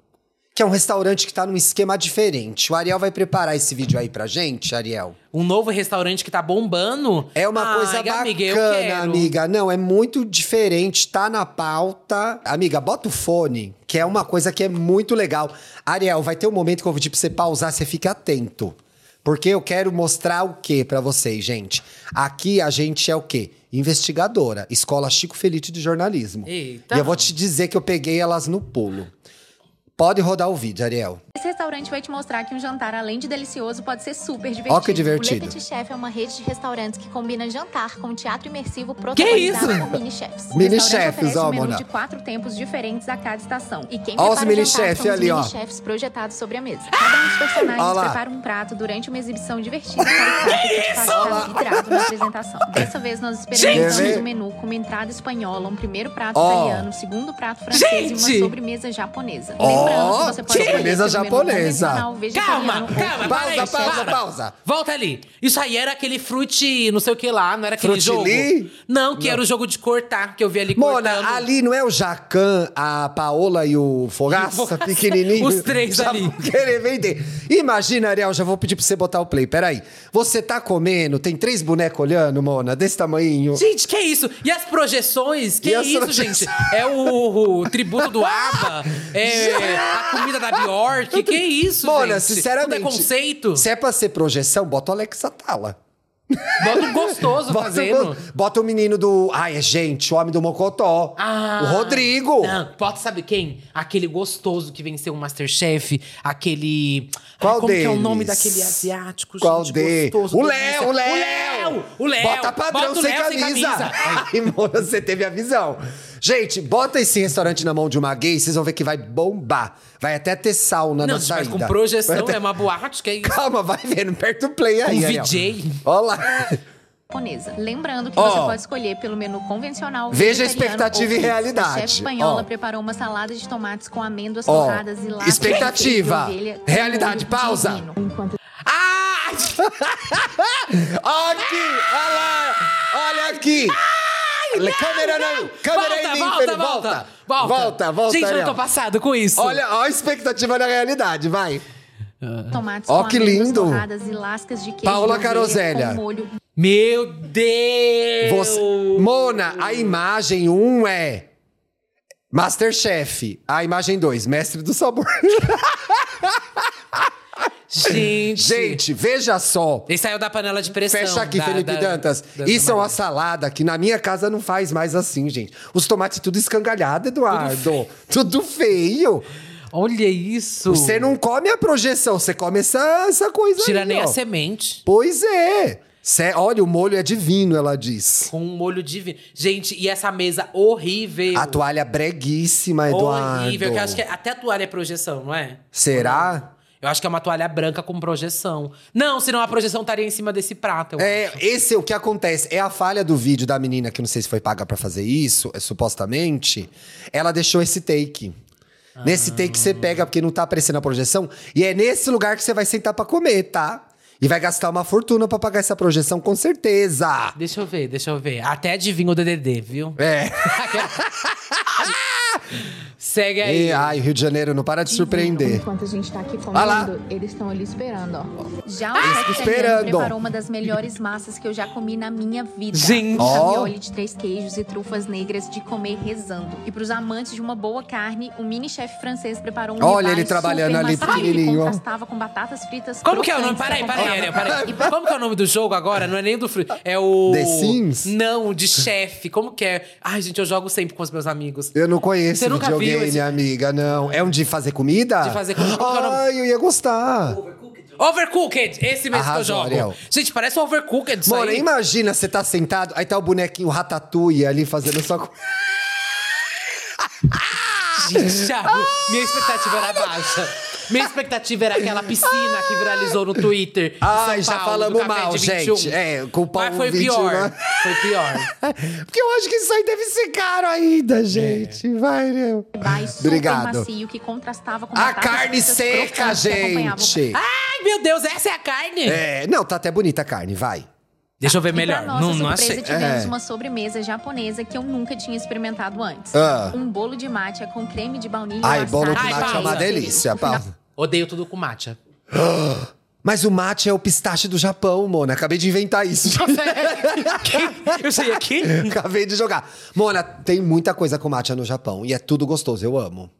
S3: Que é um restaurante que tá num esquema diferente. O Ariel vai preparar esse vídeo aí pra gente, Ariel.
S4: Um novo restaurante que tá bombando.
S3: É uma
S4: Ai,
S3: coisa bacana,
S4: amiga, eu quero.
S3: amiga. Não, é muito diferente, tá na pauta. Amiga, bota o fone, que é uma coisa que é muito legal. Ariel, vai ter um momento que eu vou pedir pra você pausar, você fica atento. Porque eu quero mostrar o que pra vocês, gente? Aqui a gente é o quê? Investigadora, Escola Chico Felite de Jornalismo.
S4: Eita.
S3: E eu vou te dizer que eu peguei elas no pulo. Pode rodar o vídeo, Ariel.
S10: Esse restaurante vai te mostrar que um jantar, além de delicioso, pode ser super divertido.
S3: Ó que divertido.
S10: O Le Petit Chef é uma rede de restaurantes que combina jantar com teatro imersivo protagonizado
S4: isso?
S10: por
S3: (laughs)
S10: mini-chefs. O
S3: Mini
S10: restaurante
S3: chefs,
S10: oferece
S3: ó,
S10: um menu
S3: Mona.
S10: de quatro tempos diferentes a cada estação. E quem
S3: Ó os
S10: prepara o jantar
S3: mini-chef
S10: são
S3: ali, ó.
S10: os mini-chefs projetados sobre a mesa. Cada um dos personagens
S3: Ó lá.
S10: prepara um prato durante uma exibição divertida para o que te faz ficar vidrado na apresentação. Dessa vez, nós experimentamos
S3: Gente!
S10: um menu com uma entrada espanhola, um primeiro prato
S3: Ó.
S10: italiano, um segundo prato francês e
S4: Gente!
S10: uma sobremesa japonesa.
S3: Ó,
S10: Lembrando que você pode
S3: que
S10: escolher
S3: mesa
S10: pelo menu
S3: japonesa.
S10: convencional, vegetariano
S4: Calma,
S10: ou
S4: calma, para
S3: Pausa,
S4: aí,
S3: pausa,
S4: para.
S3: pausa.
S4: Volta ali. Isso aí era aquele frute, não sei o que lá, não era aquele
S3: Frutili?
S4: jogo? Não, que era o jogo de cortar, que eu vi ali cortando.
S3: Mona, ali não é o Jacan, a Paola e o
S4: (laughs)
S3: Fogaça,
S4: Fogaça,
S3: pequenininho?
S4: os três
S3: (laughs) já
S4: ali.
S3: vão querer vender. Imagina, Ariel, já vou pedir pra você botar o play. Peraí. Você tá comendo, tem três bonecos olhando, Mona, desse tamanhinho.
S4: Gente, que isso? E as projeções? Que
S3: E as
S4: isso,
S3: projeções?
S4: gente? É o, o tributo do ABBA?
S3: (laughs)
S4: É a comida da Bjork? Que é isso,
S3: Mona,
S4: gente?
S3: sinceramente.
S4: Tudo é conceito?
S3: Se é pra ser projeção, bota o Alex Atala.
S4: Bota um gostoso
S3: Bota, o-
S4: fazendo.
S3: bota o menino do. Ai, é gente, o homem do Mocotó.
S4: Ah,
S3: o Rodrigo.
S4: Não, pode sabe quem? Aquele gostoso que venceu o Masterchef, aquele.
S3: Qual
S4: Ai, como que é o
S3: deles?
S4: nome daquele asiático?
S3: Qual
S4: gente,
S3: de?
S4: gostoso,
S3: o
S4: delícia.
S3: Léo, o Léo!
S4: O Léo!
S3: Bota padrão
S4: Bota o
S3: sem,
S4: Léo sem
S3: camisa.
S4: camisa.
S3: (laughs) Ai, Mona, você teve a visão. Gente, bota esse restaurante na mão de uma gay, vocês vão ver que vai bombar. Vai até ter sauna
S4: Não,
S3: na
S4: gente,
S3: saída.
S4: mas com
S3: Vai (laughs)
S4: projeção,
S3: até-
S4: é uma boate, que é isso?
S3: Calma, vai vendo, perto do play aí.
S4: Um
S3: Ariel.
S4: VJ.
S3: Ó lá. (laughs)
S10: japonesa. Lembrando que
S3: Ó.
S10: você pode escolher pelo menu convencional,
S3: Veja a
S10: vegetariano
S3: expectativa
S10: ou
S3: e
S10: mix.
S3: realidade.
S10: A chefe espanhola
S3: Ó.
S10: preparou uma salada de tomates com amêndoas
S3: Ó.
S10: torradas e lá
S3: Expectativa. Realidade, pausa.
S4: Ah!
S3: (laughs) Aqui, olha lá, olha aqui. Olha, câmera não, câmera
S4: Volta,
S3: aí,
S4: volta,
S3: Linfer,
S4: volta,
S3: volta, volta, volta,
S4: Gente, eu
S3: Ariel.
S4: não tô passado com isso.
S3: Olha, ó a expectativa na realidade, vai.
S10: Tomates
S3: Ó,
S10: com
S3: que
S10: amêndoas
S3: lindo.
S10: torradas e lascas de queijo
S3: Paola
S10: de ovelha
S3: Carosella.
S10: com molho
S4: Meu Deus!
S3: Você, Mona, a imagem 1 um é Masterchef, a imagem 2, Mestre
S4: (laughs)
S3: do Sabor.
S4: Gente.
S3: Gente, veja só.
S4: Ele saiu da panela de pressão.
S3: Fecha aqui,
S4: da-
S3: Felipe
S4: da-
S3: Dantas.
S4: da- da
S3: Isso é uma
S4: Maria.
S3: salada que na minha casa não faz mais assim, gente. Os tomates tudo escangalhado, Eduardo. Tudo feio.
S4: Olha isso!
S3: Você não come a projeção, você come essa, essa coisa
S4: tira
S3: aí,
S4: nem
S3: ó.
S4: a semente.
S3: Pois é. Cê- olha, o molho é divino, ela diz.
S4: Com um molho divino. Gente, e essa mesa horrível.
S3: A toalha breguíssima, Eduardo.
S4: Horrível, que eu acho que até a toalha é projeção, não é?
S3: Será?
S4: Eu acho que é uma toalha branca com projeção. Não, senão a projeção estaria em cima desse prato. eu
S3: É,
S4: acho.
S3: esse é o que acontece. É a falha do vídeo da menina, que eu não sei se foi paga pra fazer isso, é, supostamente. Ela deixou esse take. Nesse take você pega, porque não tá aparecendo a projeção. E é nesse lugar que você vai sentar pra comer, tá? E vai gastar uma fortuna pra pagar essa projeção, com certeza.
S4: Deixa eu ver, deixa eu ver. Até adivinha o DDD, viu?
S3: É.
S4: Segue aí.
S3: E, ai, o Rio de Janeiro não para de surpreender.
S10: Enquanto a gente tá aqui comendo,
S3: Ah lá.
S10: eles estão ali esperando, ó. Já o
S3: ficam
S10: chefe
S3: esperando.
S10: italiano preparou uma das melhores massas que eu já comi na minha vida.
S4: Gente.
S10: Um
S3: Ó.
S10: Ravioli de três queijos e trufas negras de comer rezando. E pros amantes de uma boa carne, o mini chefe francês preparou um
S3: Olha ele
S10: ribeye
S3: trabalhando
S10: super
S3: ali,
S10: macio que
S3: pequenininho, ó.
S10: contrastava com batatas fritas
S4: Como que é o nome?
S10: crocantes
S4: Peraí, peraí,
S10: acompanhadas
S4: Ariel, peraí. (laughs) Como que é o nome do jogo agora? Não é nem do Free. É o.
S3: The Sims?
S4: Não, de chefe. Como que é? Ai, gente, eu jogo sempre com os meus amigos.
S3: Eu não conheço
S4: Você nunca viu
S3: videogame,
S4: esse-
S3: amiga, não. É um de fazer comida?
S4: De fazer comida, qual que é o nome?
S3: Ai, eu ia gostar.
S4: Overcooked! Esse mesmo que eu
S3: Arrasou,
S4: jogo.
S3: Ariel.
S4: Gente, parece um Overcooked isso
S3: Mora,
S4: aí.
S3: imagina, você tá sentado, aí tá o bonequinho Ratatouille ali fazendo sua coisa.
S4: Gente, Thiago, minha expectativa era baixa. Minha expectativa era aquela piscina que viralizou no Twitter. de
S3: Ai,
S4: São
S3: já
S4: Paulo,
S3: falamos
S4: do Café
S3: mal,
S4: de 21.
S3: gente. É, culpar
S4: Mas
S3: o
S4: foi
S3: 21,
S4: pior.
S3: né?
S4: Foi
S3: (laughs)
S4: pior.
S3: Porque eu acho que isso aí deve ser caro ainda, gente. Vai, né?
S10: Vai super
S3: É. Obrigado.
S10: macio que contrastava com
S3: A
S10: batatas
S3: carne
S10: fritas
S3: seca,
S10: crocantes que acompanhavam
S3: gente.
S4: Ai, meu Deus, essa é a carne?
S3: É, não, tá até bonita a carne, vai.
S4: Deixa eu ver
S10: E
S4: melhor.
S10: Pra nossa
S4: Não, não
S10: surpresa,
S4: achei.
S10: tivemos
S3: É.
S10: uma sobremesa japonesa que eu nunca tinha experimentado antes.
S3: Ah.
S10: Um bolo de matcha com creme de baunilha
S3: Ai,
S10: assado.
S3: bolo de
S4: Ai,
S3: mate é uma
S4: pausa.
S3: delícia, pausa.
S4: Odeio tudo com matcha.
S3: Mas o mate é o pistache do Japão, Mona. Acabei de inventar
S10: (laughs)
S3: isso.
S10: é.
S4: Eu sei aqui.
S3: Acabei de jogar. Mona, tem muita coisa com matcha no Japão e é tudo gostoso, eu amo.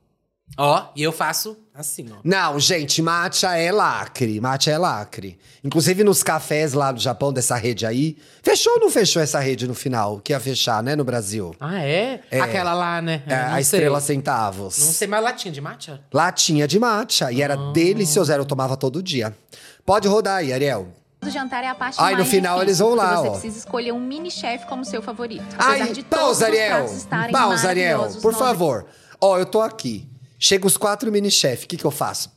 S4: Ó, e eu faço assim, ó.
S3: Não, gente, matcha é lacre. Matcha é lacre. Inclusive nos cafés lá do Japão, dessa rede aí. Fechou ou não fechou essa rede no final? Que ia fechar, né, no Brasil?
S4: Ah, é?
S3: É.
S4: Aquela lá, né?
S3: É,
S4: Ah, não
S3: a
S4: sei.
S3: estrela centavos.
S4: Não sei, Ah. mais latinha de matcha?
S3: Latinha de matcha. E era delicioso, era, eu tomava todo dia. Pode rodar aí, Ariel.
S10: Do jantar é a parte
S3: Ai, no
S10: mais
S3: final
S10: difícil,
S3: eles vão lá,
S10: porque Você
S3: ó.
S10: precisa escolher um mini chefe como seu favorito.
S3: Ai,
S10: Apesar de todos os
S3: pausa, Ariel.
S10: pratos estarem
S3: Pausa, Ariel,
S10: maravilhosos,
S3: por
S10: nós-
S3: favor. Ó, eu tô aqui. Chega os quatro mini-chefes, o que que eu faço?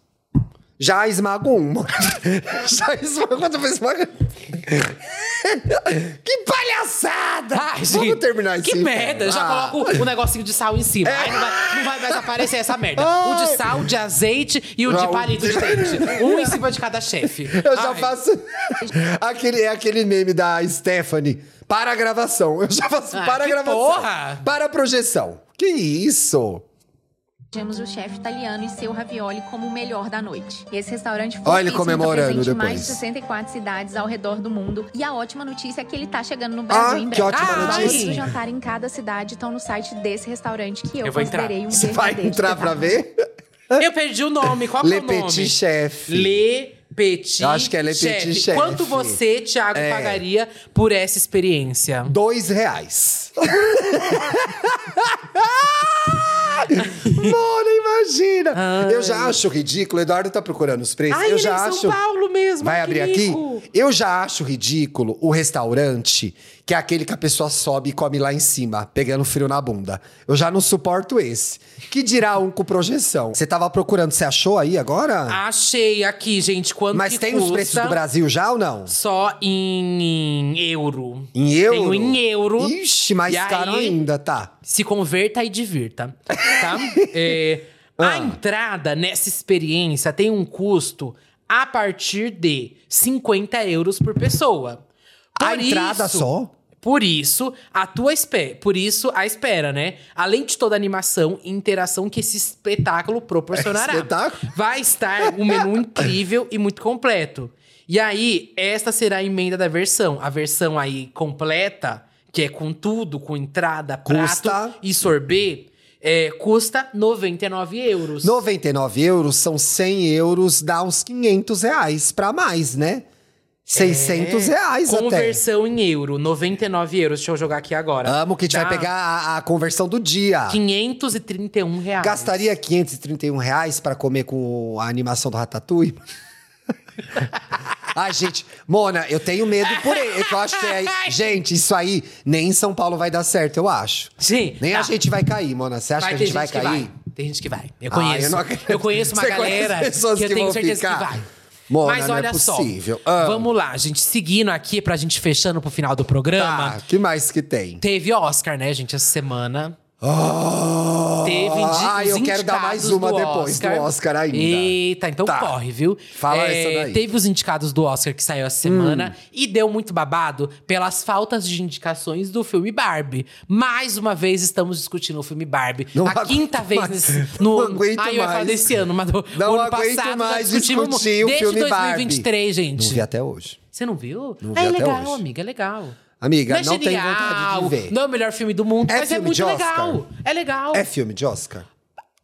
S3: Já esmago uma. (laughs) Já esmago outra vez. esmago- (laughs) que palhaçada!
S4: Ai,
S3: Vamos
S4: gente,
S3: terminar isso.
S4: Que merda, eu já
S3: Ah. É.
S4: coloco
S3: (laughs)
S4: um negocinho de sal em cima. Ai, não, vai, não vai mais aparecer essa merda. O de sal, o de azeite e o de
S3: Não.
S4: palito de
S3: (laughs)
S4: dente. Um em cima de cada chefe.
S3: Eu já
S4: Ai.
S3: faço. (laughs) aquele, é aquele meme da Stephanie. Para a gravação. Eu já faço
S4: Ah,
S3: para a
S4: que
S3: gravação.
S4: porra!
S3: Para a projeção. Que isso?
S10: Temos o chefe italiano e seu ravioli como o melhor da noite. E esse restaurante
S3: Olha ele
S10: fortíssimo, tá
S3: comemorando
S10: presente em
S3: depois.
S10: mais de 64 cidades ao redor do mundo. E a ótima notícia é que ele tá chegando no Brasil
S3: Ah,
S10: em
S3: que
S10: breve.
S3: ótima
S10: Os valores
S4: notícia.
S10: do jantar em cada cidade estão no site desse restaurante que eu,
S4: Eu vou entrar.
S10: considerei um
S3: Você vai
S10: verdadeiro
S3: entrar
S10: espetáculo.
S3: pra ver?
S4: Eu perdi o nome, qual que é
S3: Le
S4: o nome?
S3: Petit Chef.
S4: Le Petit
S3: Eu acho que é Le Petit Chef.
S4: Quanto você, Thiago,
S3: É.
S4: pagaria por essa experiência? (laughs)
S3: Dois reais. Mona, imagina! Eu já acho ridículo. O Eduardo tá procurando os preços.
S4: Ai,
S3: eu
S4: ele
S3: já
S4: é em
S3: acho.
S4: São Paulo mesmo.
S3: Vai
S4: ai, que
S3: abrir aqui?
S4: rico.
S3: Eu já acho ridículo o restaurante, que é aquele que a pessoa sobe e come lá em cima, pegando frio na bunda. Eu já não suporto esse. Que dirá um com projeção? Você tava procurando, você achou aí agora?
S4: Achei aqui, gente, Ah, quanto
S3: Mas
S4: que
S3: tem
S4: custa.
S3: os preços do Brasil já ou não?
S4: Só em, em euro.
S3: Em euro?
S4: Tem um em euro.
S3: Ixi, mais
S4: E aí-
S3: caro ainda, tá.
S4: Se converta e divirta,
S3: (laughs)
S4: tá? É,
S3: Ah.
S4: A entrada nessa experiência tem um custo a partir de 50 euros por pessoa.
S3: a
S4: Por
S3: entrada
S4: isso-
S3: só?
S4: Por isso, a tua espera, por isso a espera, né? Além de toda a animação e interação que esse espetáculo proporcionará.
S3: É, Espetáculo?
S4: Vai estar um
S3: (laughs)
S4: menu incrível e muito completo. E aí, esta será a emenda da versão. A versão aí completa, que é com tudo, com entrada,
S3: Custa-
S4: prato e sorbet, é, custa 99 euros.
S3: 99 euros são 100 euros, dá uns 500 reais pra mais, né?
S4: É,
S3: 600 reais até.
S4: Conversão em euro, 99 euros. Deixa eu jogar aqui agora.
S3: Amo que a gente
S4: Dá
S3: vai pegar a, a conversão do dia.
S4: 531 reais.
S3: Gastaria 531 reais pra comer com a animação do Ratatouille? (laughs) Ai, gente, Mona, eu tenho medo por ele. Eu acho
S4: (laughs)
S3: que é... Gente, isso aí nem em São Paulo vai dar certo, eu acho.
S4: Sim.
S3: Nem a
S4: tá.
S3: gente vai cair, Mona. Você acha que a
S4: ter
S3: gente vai
S4: que
S3: cair?
S4: Tem gente que vai. Eu
S3: Ah,
S4: conheço.
S3: eu
S4: eu,
S3: não acredito.
S4: conheço uma
S3: Você conhece
S4: galera
S3: pessoas
S4: que eu
S3: que
S4: tenho
S3: vão
S4: certeza
S3: ficar?
S4: que vai.
S3: Mona,
S4: Mas
S3: não é
S4: olha só.
S3: possível. Ah.
S4: Vamos lá, gente. Seguindo aqui pra gente fechando pro final do
S3: Tá,
S4: programa.
S3: que mais que tem?
S4: Teve Oscar, né, gente, essa semana.
S3: Oh!
S4: Teve indi-
S3: Ah, eu
S4: os
S3: quero dar mais
S4: indicados
S3: uma
S4: do
S3: depois do Oscar ainda.
S4: Eita, então
S3: Tá.
S4: corre, viu? É,
S3: Fala essa daí. Hum.
S4: Teve os indicados do Oscar que saiu essa semana e deu muito babado pelas faltas de indicações do filme Barbie. Mais uma vez estamos discutindo o filme Barbie.
S3: Não
S4: A
S3: aguento
S4: quinta vez
S3: mais.
S4: nesse, no
S3: Não aguento
S4: Ai, eu ia falar
S3: mais.
S4: desse ano, mas no
S3: Não
S4: ano
S3: aguento
S4: passado nós
S3: mais
S4: discutimos
S3: discutir o
S4: desde
S3: filme Barbie.
S4: 2023,
S3: Não vi
S4: gente.
S3: até hoje.
S4: Você não viu?
S3: Não vi
S4: é
S3: até
S4: legal,
S3: hoje.
S4: amiga, é legal.
S3: Amiga,
S4: Não é
S3: não tenho
S4: genial,
S3: vontade de ver.
S4: Não é o melhor filme do mundo,
S3: É
S4: mas é
S3: filme
S4: muito
S3: de Oscar?
S4: legal. É legal.
S3: É filme de Oscar?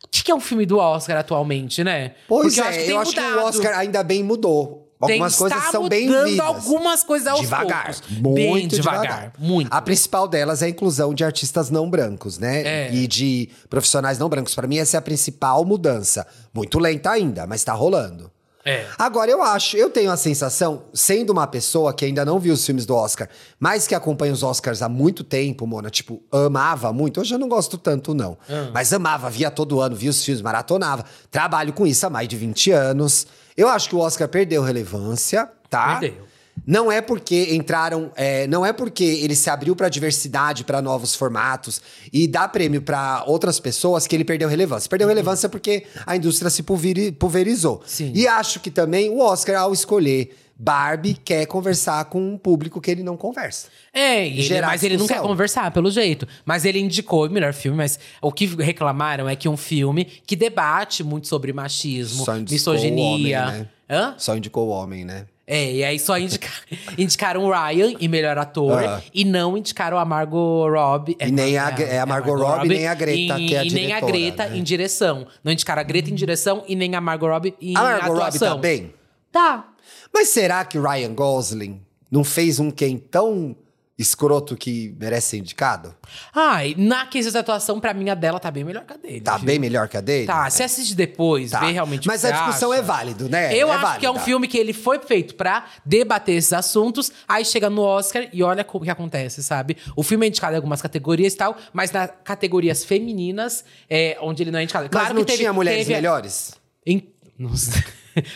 S4: O que que é um filme do Oscar atualmente, né?
S3: Pois
S4: Porque
S3: é, eu acho que o
S4: mudado.
S3: Oscar ainda bem mudou.
S4: Tem-
S3: Algumas coisas
S4: está
S3: são bem
S4: mudando
S3: vindas.
S4: algumas coisas aos
S3: devagar,
S4: poucos.
S3: muito
S4: bem
S3: devagar.
S4: devagar, muito.
S3: A principal delas é a inclusão de artistas não brancos, né?
S4: É.
S3: E de profissionais não brancos. Pra mim essa é a principal mudança. Muito lenta ainda, mas tá rolando.
S4: É.
S3: Agora, eu acho, eu tenho a sensação, sendo uma pessoa que ainda não viu os filmes do Oscar, mas que acompanha os Oscars há muito tempo, Mona, tipo, amava muito. Hoje eu não gosto tanto, não.
S4: Ah.
S3: Mas amava, via todo ano, via os filmes, maratonava. Trabalho com isso há mais de 20 anos. Eu acho que o Oscar perdeu relevância, tá?
S4: Perdeu.
S3: Não é porque entraram, é, não é porque ele se abriu pra diversidade, pra novos formatos e dá prêmio pra outras pessoas que ele perdeu relevância. Perdeu relevância porque a indústria se pulveri- pulverizou.
S4: Uhum. Sim.
S3: E acho que também o Oscar, ao escolher Barbie, quer conversar com um público que ele não conversa.
S4: É, e ele-
S3: Gerar
S4: mas ele não quer
S3: discussão.
S4: conversar, pelo jeito. Mas ele indicou o melhor filme, mas o que reclamaram é que é um filme que debate muito sobre machismo,
S3: Só indicou o
S4: misoginia.
S3: homem, né?
S4: Hã?
S3: Só indicou o homem, né?
S4: É, e aí só indica- (laughs) indicaram o Ryan e melhor ator.
S3: Ah.
S4: E não indicaram a Margot Robbie.
S3: E nem a Gre- é, a Margot Robbie, nem a Greta,
S4: em-
S3: que é a
S4: E nem a
S3: diretora,
S4: Greta
S3: né?
S4: em direção. Não indicaram a Greta em direção e nem a Margot Robbie em
S3: A Margot
S4: atuação.
S3: Robbie tá bem?
S4: Tá.
S3: Mas será que o Ryan Gosling não fez um quem tão escroto que merece ser indicado?
S4: Ai, na quesito de atuação, pra mim, a dela tá bem melhor que a dele.
S3: Tá
S4: viu?
S3: bem melhor que a dele?
S4: Tá, se assiste depois,
S3: Tá.
S4: vê realmente o
S3: Mas
S4: que
S3: a
S4: você
S3: discussão
S4: acha.
S3: é válido, né?
S4: Eu
S3: É
S4: acho que é um
S3: válida.
S4: filme que ele foi feito pra debater esses assuntos, aí chega no Oscar e olha o que acontece, sabe? O filme é indicado em algumas categorias e tal, mas nas categorias femininas, é, onde ele não é indicado.
S3: Mas não
S4: que teve-
S3: tinha mulheres
S4: teve-
S3: melhores?
S4: Em- não sei. (laughs)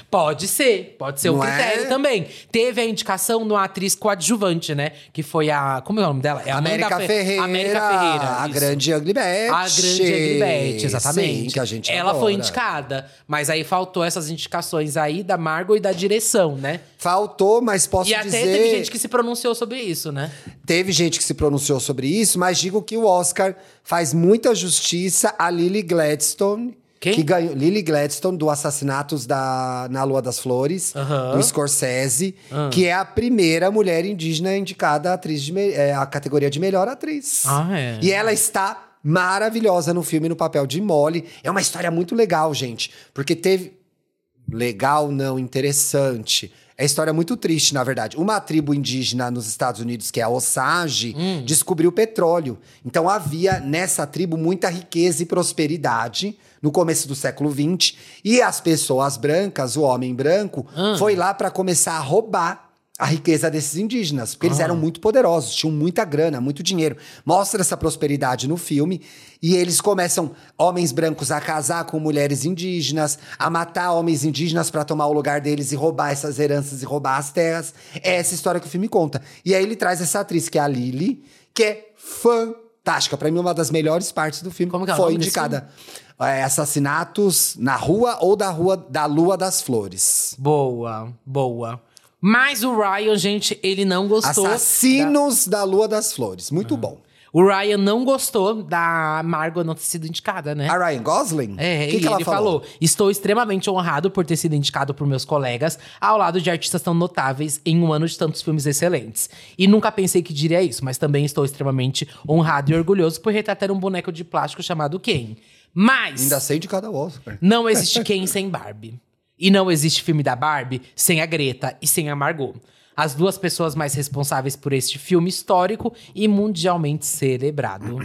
S4: Pode ser, pode ser um
S3: Não é?
S4: critério também. Teve a indicação numa atriz coadjuvante, né? Que foi a. Como é o nome dela? É a
S3: América Ferreira,
S4: América Ferreira.
S3: a
S4: isso.
S3: grande Ugly Betty.
S4: A grande Agribete, exatamente.
S3: Sim, que a gente
S4: Ela foi
S3: adora.
S4: indicada, mas aí faltou essas indicações aí da Margot e da direção, né?
S3: Faltou, mas posso
S4: e até
S3: dizer...
S4: teve gente que se pronunciou sobre isso, né?
S3: Teve gente que se pronunciou sobre isso, mas digo que o Oscar faz muita justiça a Lily Gladstone.
S4: Quem?
S3: Que ganhou, Lily Gladstone, do Assassinatos da, na Lua das Flores,
S4: Aham.
S3: do Scorsese,
S4: Ah.
S3: que é a primeira mulher indígena indicada à atriz de me- eh, à categoria de melhor atriz.
S4: Ah, é.
S3: E ela está maravilhosa no filme, no papel de Molly. É uma história muito legal, gente. Porque teve. Legal, não, interessante. É história muito triste, na verdade. Uma tribo indígena nos Estados Unidos, que é a Osage, descobriu petróleo. Então havia nessa tribo muita riqueza e prosperidade no começo do século XX. E as pessoas brancas, o homem branco, foi lá para começar a roubar a riqueza desses indígenas, porque eles
S4: Ah.
S3: eram muito poderosos, tinham muita grana, muito dinheiro. Mostra essa prosperidade no filme e eles começam homens brancos a casar com mulheres indígenas, a matar homens indígenas para tomar o lugar deles e roubar essas heranças e roubar as terras. É essa história que o filme conta. E aí ele traz essa atriz que é a Lily, que é fantástica, para mim uma das melhores partes do filme,
S4: Como que é o
S3: foi
S4: nome desse
S3: indicada. É, assassinatos na rua ou da rua da Lua das Flores.
S4: Boa, boa. Mas o Ryan, gente, ele não gostou. Ah. da-
S3: Assassinos da Lua das Flores. Muito bom.
S4: O Ryan não gostou da Margot não ter sido indicada, né?
S3: A Ryan Gosling?
S4: É,
S3: O
S4: e ele falou? Estou extremamente honrado por ter sido indicado por meus colegas ao lado de artistas tão notáveis em um ano de tantos filmes excelentes. E nunca pensei que diria isso, mas também estou extremamente honrado e orgulhoso por retratar um boneco de plástico chamado Ken. Mas
S3: Ainda assim. sei de cada Oscar.
S4: não existe Ken sem Barbie. E não existe filme da Barbie sem a Greta e sem a Margot. As duas pessoas mais responsáveis por este filme histórico e mundialmente celebrado.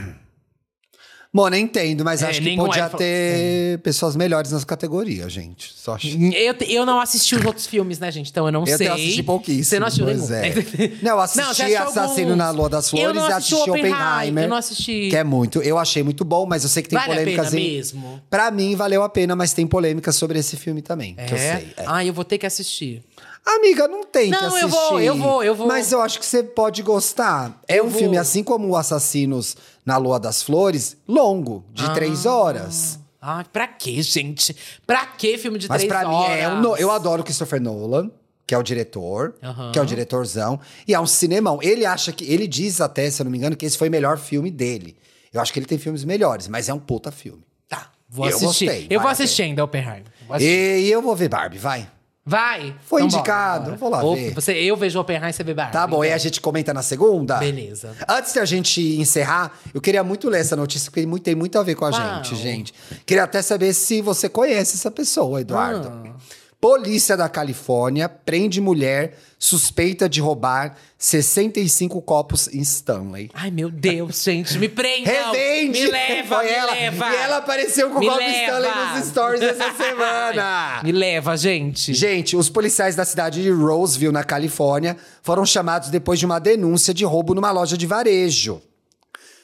S3: Mano, entendo, mas
S4: É,
S3: acho que
S4: nenhum
S3: podia
S4: aí falou-
S3: ter pessoas melhores nas categorias, gente. Só acho.
S4: Eu, te- eu não assisti os outros filmes, né, gente? Então eu não
S3: Eu
S4: sei.
S3: até assisti pouquíssimo.
S4: Você (laughs) não assistiu
S3: pois
S4: nenhum.
S3: é. Não, eu
S4: Não, você
S3: assisti
S4: assistiu
S3: Assassino
S4: alguns.
S3: na Lua das
S4: Eu
S3: Flores
S4: não
S3: e
S4: assisti
S3: assisti
S4: o Oppenheimer,
S3: Oppenheimer.
S4: eu não assisti.
S3: Que é muito. Eu achei muito bom, mas eu sei que tem
S4: Vale a
S3: polêmicas.
S4: pena
S3: em-
S4: mesmo?
S3: Pra mim, valeu a pena, mas tem polêmicas sobre esse filme também. Que eu sei. é.
S4: Ah, eu vou ter que assistir.
S3: Amiga, não tem que
S4: Não,
S3: assistir.
S4: eu vou, eu vou, eu vou.
S3: Mas eu acho que você pode gostar. É
S4: Eu
S3: um
S4: vou.
S3: filme, assim como o Assassinos na Lua das Flores, longo, de três horas.
S4: Ah, pra quê, gente? Pra quê filme de
S3: Mas
S4: três
S3: pra
S4: horas?
S3: mim, é um no- eu adoro Christopher Nolan, que é o diretor,
S4: Aham.
S3: que é o diretorzão. E é um cinemão. Ele acha que, ele diz até, se eu não me engano, que esse foi o melhor filme dele. Eu acho que ele tem filmes melhores, mas é um puta filme.
S4: Tá, vou
S3: Eu
S4: assistir.
S3: gostei,
S4: eu vou
S3: vale a
S4: assistir ainda Oppenheimer. Vou assistir.
S3: E, eu vou ver Barbie, vai.
S4: Vai. Então
S3: Foi
S4: bora,
S3: indicado,
S4: bora.
S3: vou lá
S4: Ou
S3: ver.
S4: Você, eu vejo Oppenheimer e você vê Barbie.
S3: Tá bom, e
S4: então.
S3: a gente comenta na segunda?
S4: Beleza.
S3: Antes da gente encerrar, eu queria muito ler essa notícia, porque tem muito- tem muito a ver com a
S4: Uau.
S3: gente, gente. Queria até saber se você conhece essa pessoa, Eduardo.
S4: Ah.
S3: Polícia da Califórnia prende mulher suspeita de roubar 65 copos em Stanley.
S4: Ai, meu Deus, gente, me prendam.
S3: Revende!
S4: Me leva,
S3: Foi
S4: me
S3: ela.
S4: leva.
S3: E ela (laughs) apareceu com o
S4: Me
S3: copo
S4: leva.
S3: Stanley nos
S4: (laughs)
S3: stories essa semana.
S4: Me leva, gente.
S3: Gente, os policiais da cidade de Roseville, na Califórnia, foram chamados depois de uma denúncia de roubo numa loja de varejo.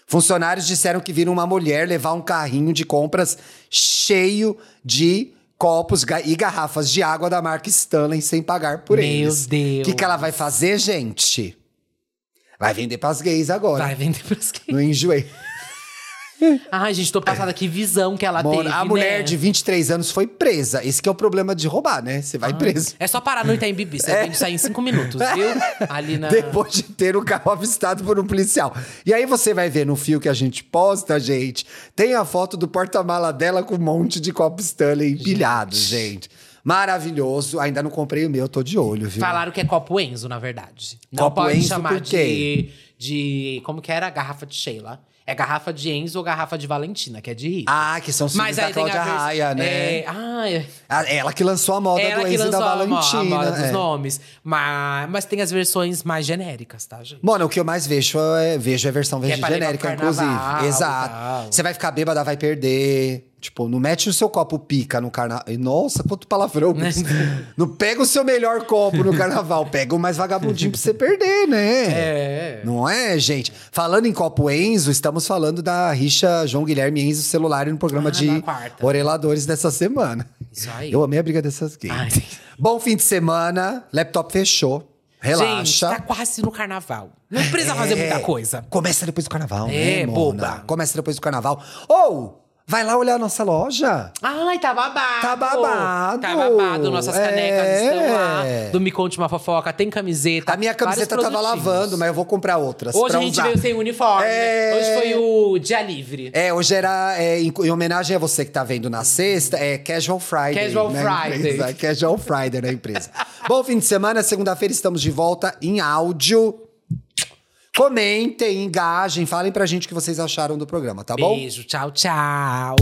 S3: Funcionários disseram que viram uma mulher levar um carrinho de compras cheio de copos ga- e garrafas de água da marca Stanley sem pagar por
S4: Meu
S3: eles.
S4: Deus.
S3: O que, que ela vai fazer, gente? Vai vender pras gays agora.
S4: Vai vender pras quem?
S3: Não enjoei.
S4: Ai, gente, tô passada. Que visão que ela
S3: Mona,
S4: teve,
S3: a mulher
S4: né?
S3: de 23 anos foi presa. Esse que é o problema de roubar, né? Você vai preso.
S4: É só parar no Itaim Bibi, você tem que sair em cinco minutos, viu?
S3: (laughs)
S4: Ali na...
S3: É. Depois de ter o carro avistado por um policial. E aí você vai ver no fio que a gente posta, gente, tem a foto do porta-mala dela com um monte de copo Stanley empilhado, gente. Maravilhoso. Ainda não comprei o meu, tô de olho, viu?
S4: Falaram que é copo Enzo, na verdade. Não
S3: Copo
S4: pode
S3: Enzo
S4: chamar
S3: por quê?
S4: de, de. Como que era? Garrafa de Sheila. É garrafa de Enzo ou garrafa de Valentina, que é de rico.
S3: Ah, que são filhos da Cláudia
S4: vers-
S3: Raia, né?
S4: É, ah, é.
S3: Ah, Ela que lançou a moda
S4: Ela
S3: do
S4: que
S3: Enzo e da
S4: lançou a mo-
S3: Valentina.
S4: a moda dos
S3: é.
S4: nomes. Mas, mas tem as versões mais genéricas, tá, gente?
S3: Mano, o que eu mais vejo é, vejo é versão
S4: Que é pra levar
S3: genérica,
S4: pro carnaval
S3: inclusive.
S4: e
S3: Exato.
S4: tal.
S3: Você vai ficar bêbada, vai perder. Tipo, não mete o seu copo pica no carnaval. Nossa, quanto palavrão.
S4: (laughs)
S3: isso. não pega o seu melhor copo no carnaval. Pega o mais vagabundinho pra você perder, né?
S4: É.
S3: Não é, gente? Falando em copo Enzo, estamos falando da rixa João Guilherme Enzo celular no programa
S4: Ah, na
S3: de
S4: quarta.
S3: Oreladores dessa semana.
S4: Isso aí.
S3: Eu amei a briga dessas gays.
S4: Ai.
S3: Bom fim de semana. Laptop fechou. Relaxa.
S4: Gente, tá quase no carnaval. Não precisa fazer
S3: É.
S4: muita coisa.
S3: Começa depois do carnaval, né,
S4: É,
S3: Mona?
S4: boba.
S3: Começa depois do carnaval. Ou vai lá olhar a nossa loja.
S4: Ai, tá babado.
S3: Tá babado.
S4: Tá babado. Nossas canecas
S3: É.
S4: estão lá. Do Me Conte Uma Fofoca. Tem camiseta.
S3: A minha camiseta
S4: vários
S3: tava
S4: produtinhos.
S3: lavando, mas eu vou comprar outras.
S4: Hoje
S3: pra
S4: a gente
S3: usar.
S4: veio sem uniforme. né?
S3: É.
S4: Hoje foi o dia livre.
S3: É, hoje era é, em, em homenagem a você que tá vendo na sexta, é Casual Friday.
S4: Casual
S3: na
S4: Friday.
S3: empresa. Casual Friday na empresa. Bom fim de semana, segunda-feira estamos de volta em áudio. Comentem, engajem, falem pra gente o que vocês acharam do programa, tá bom?
S4: Beijo. Tchau, tchau.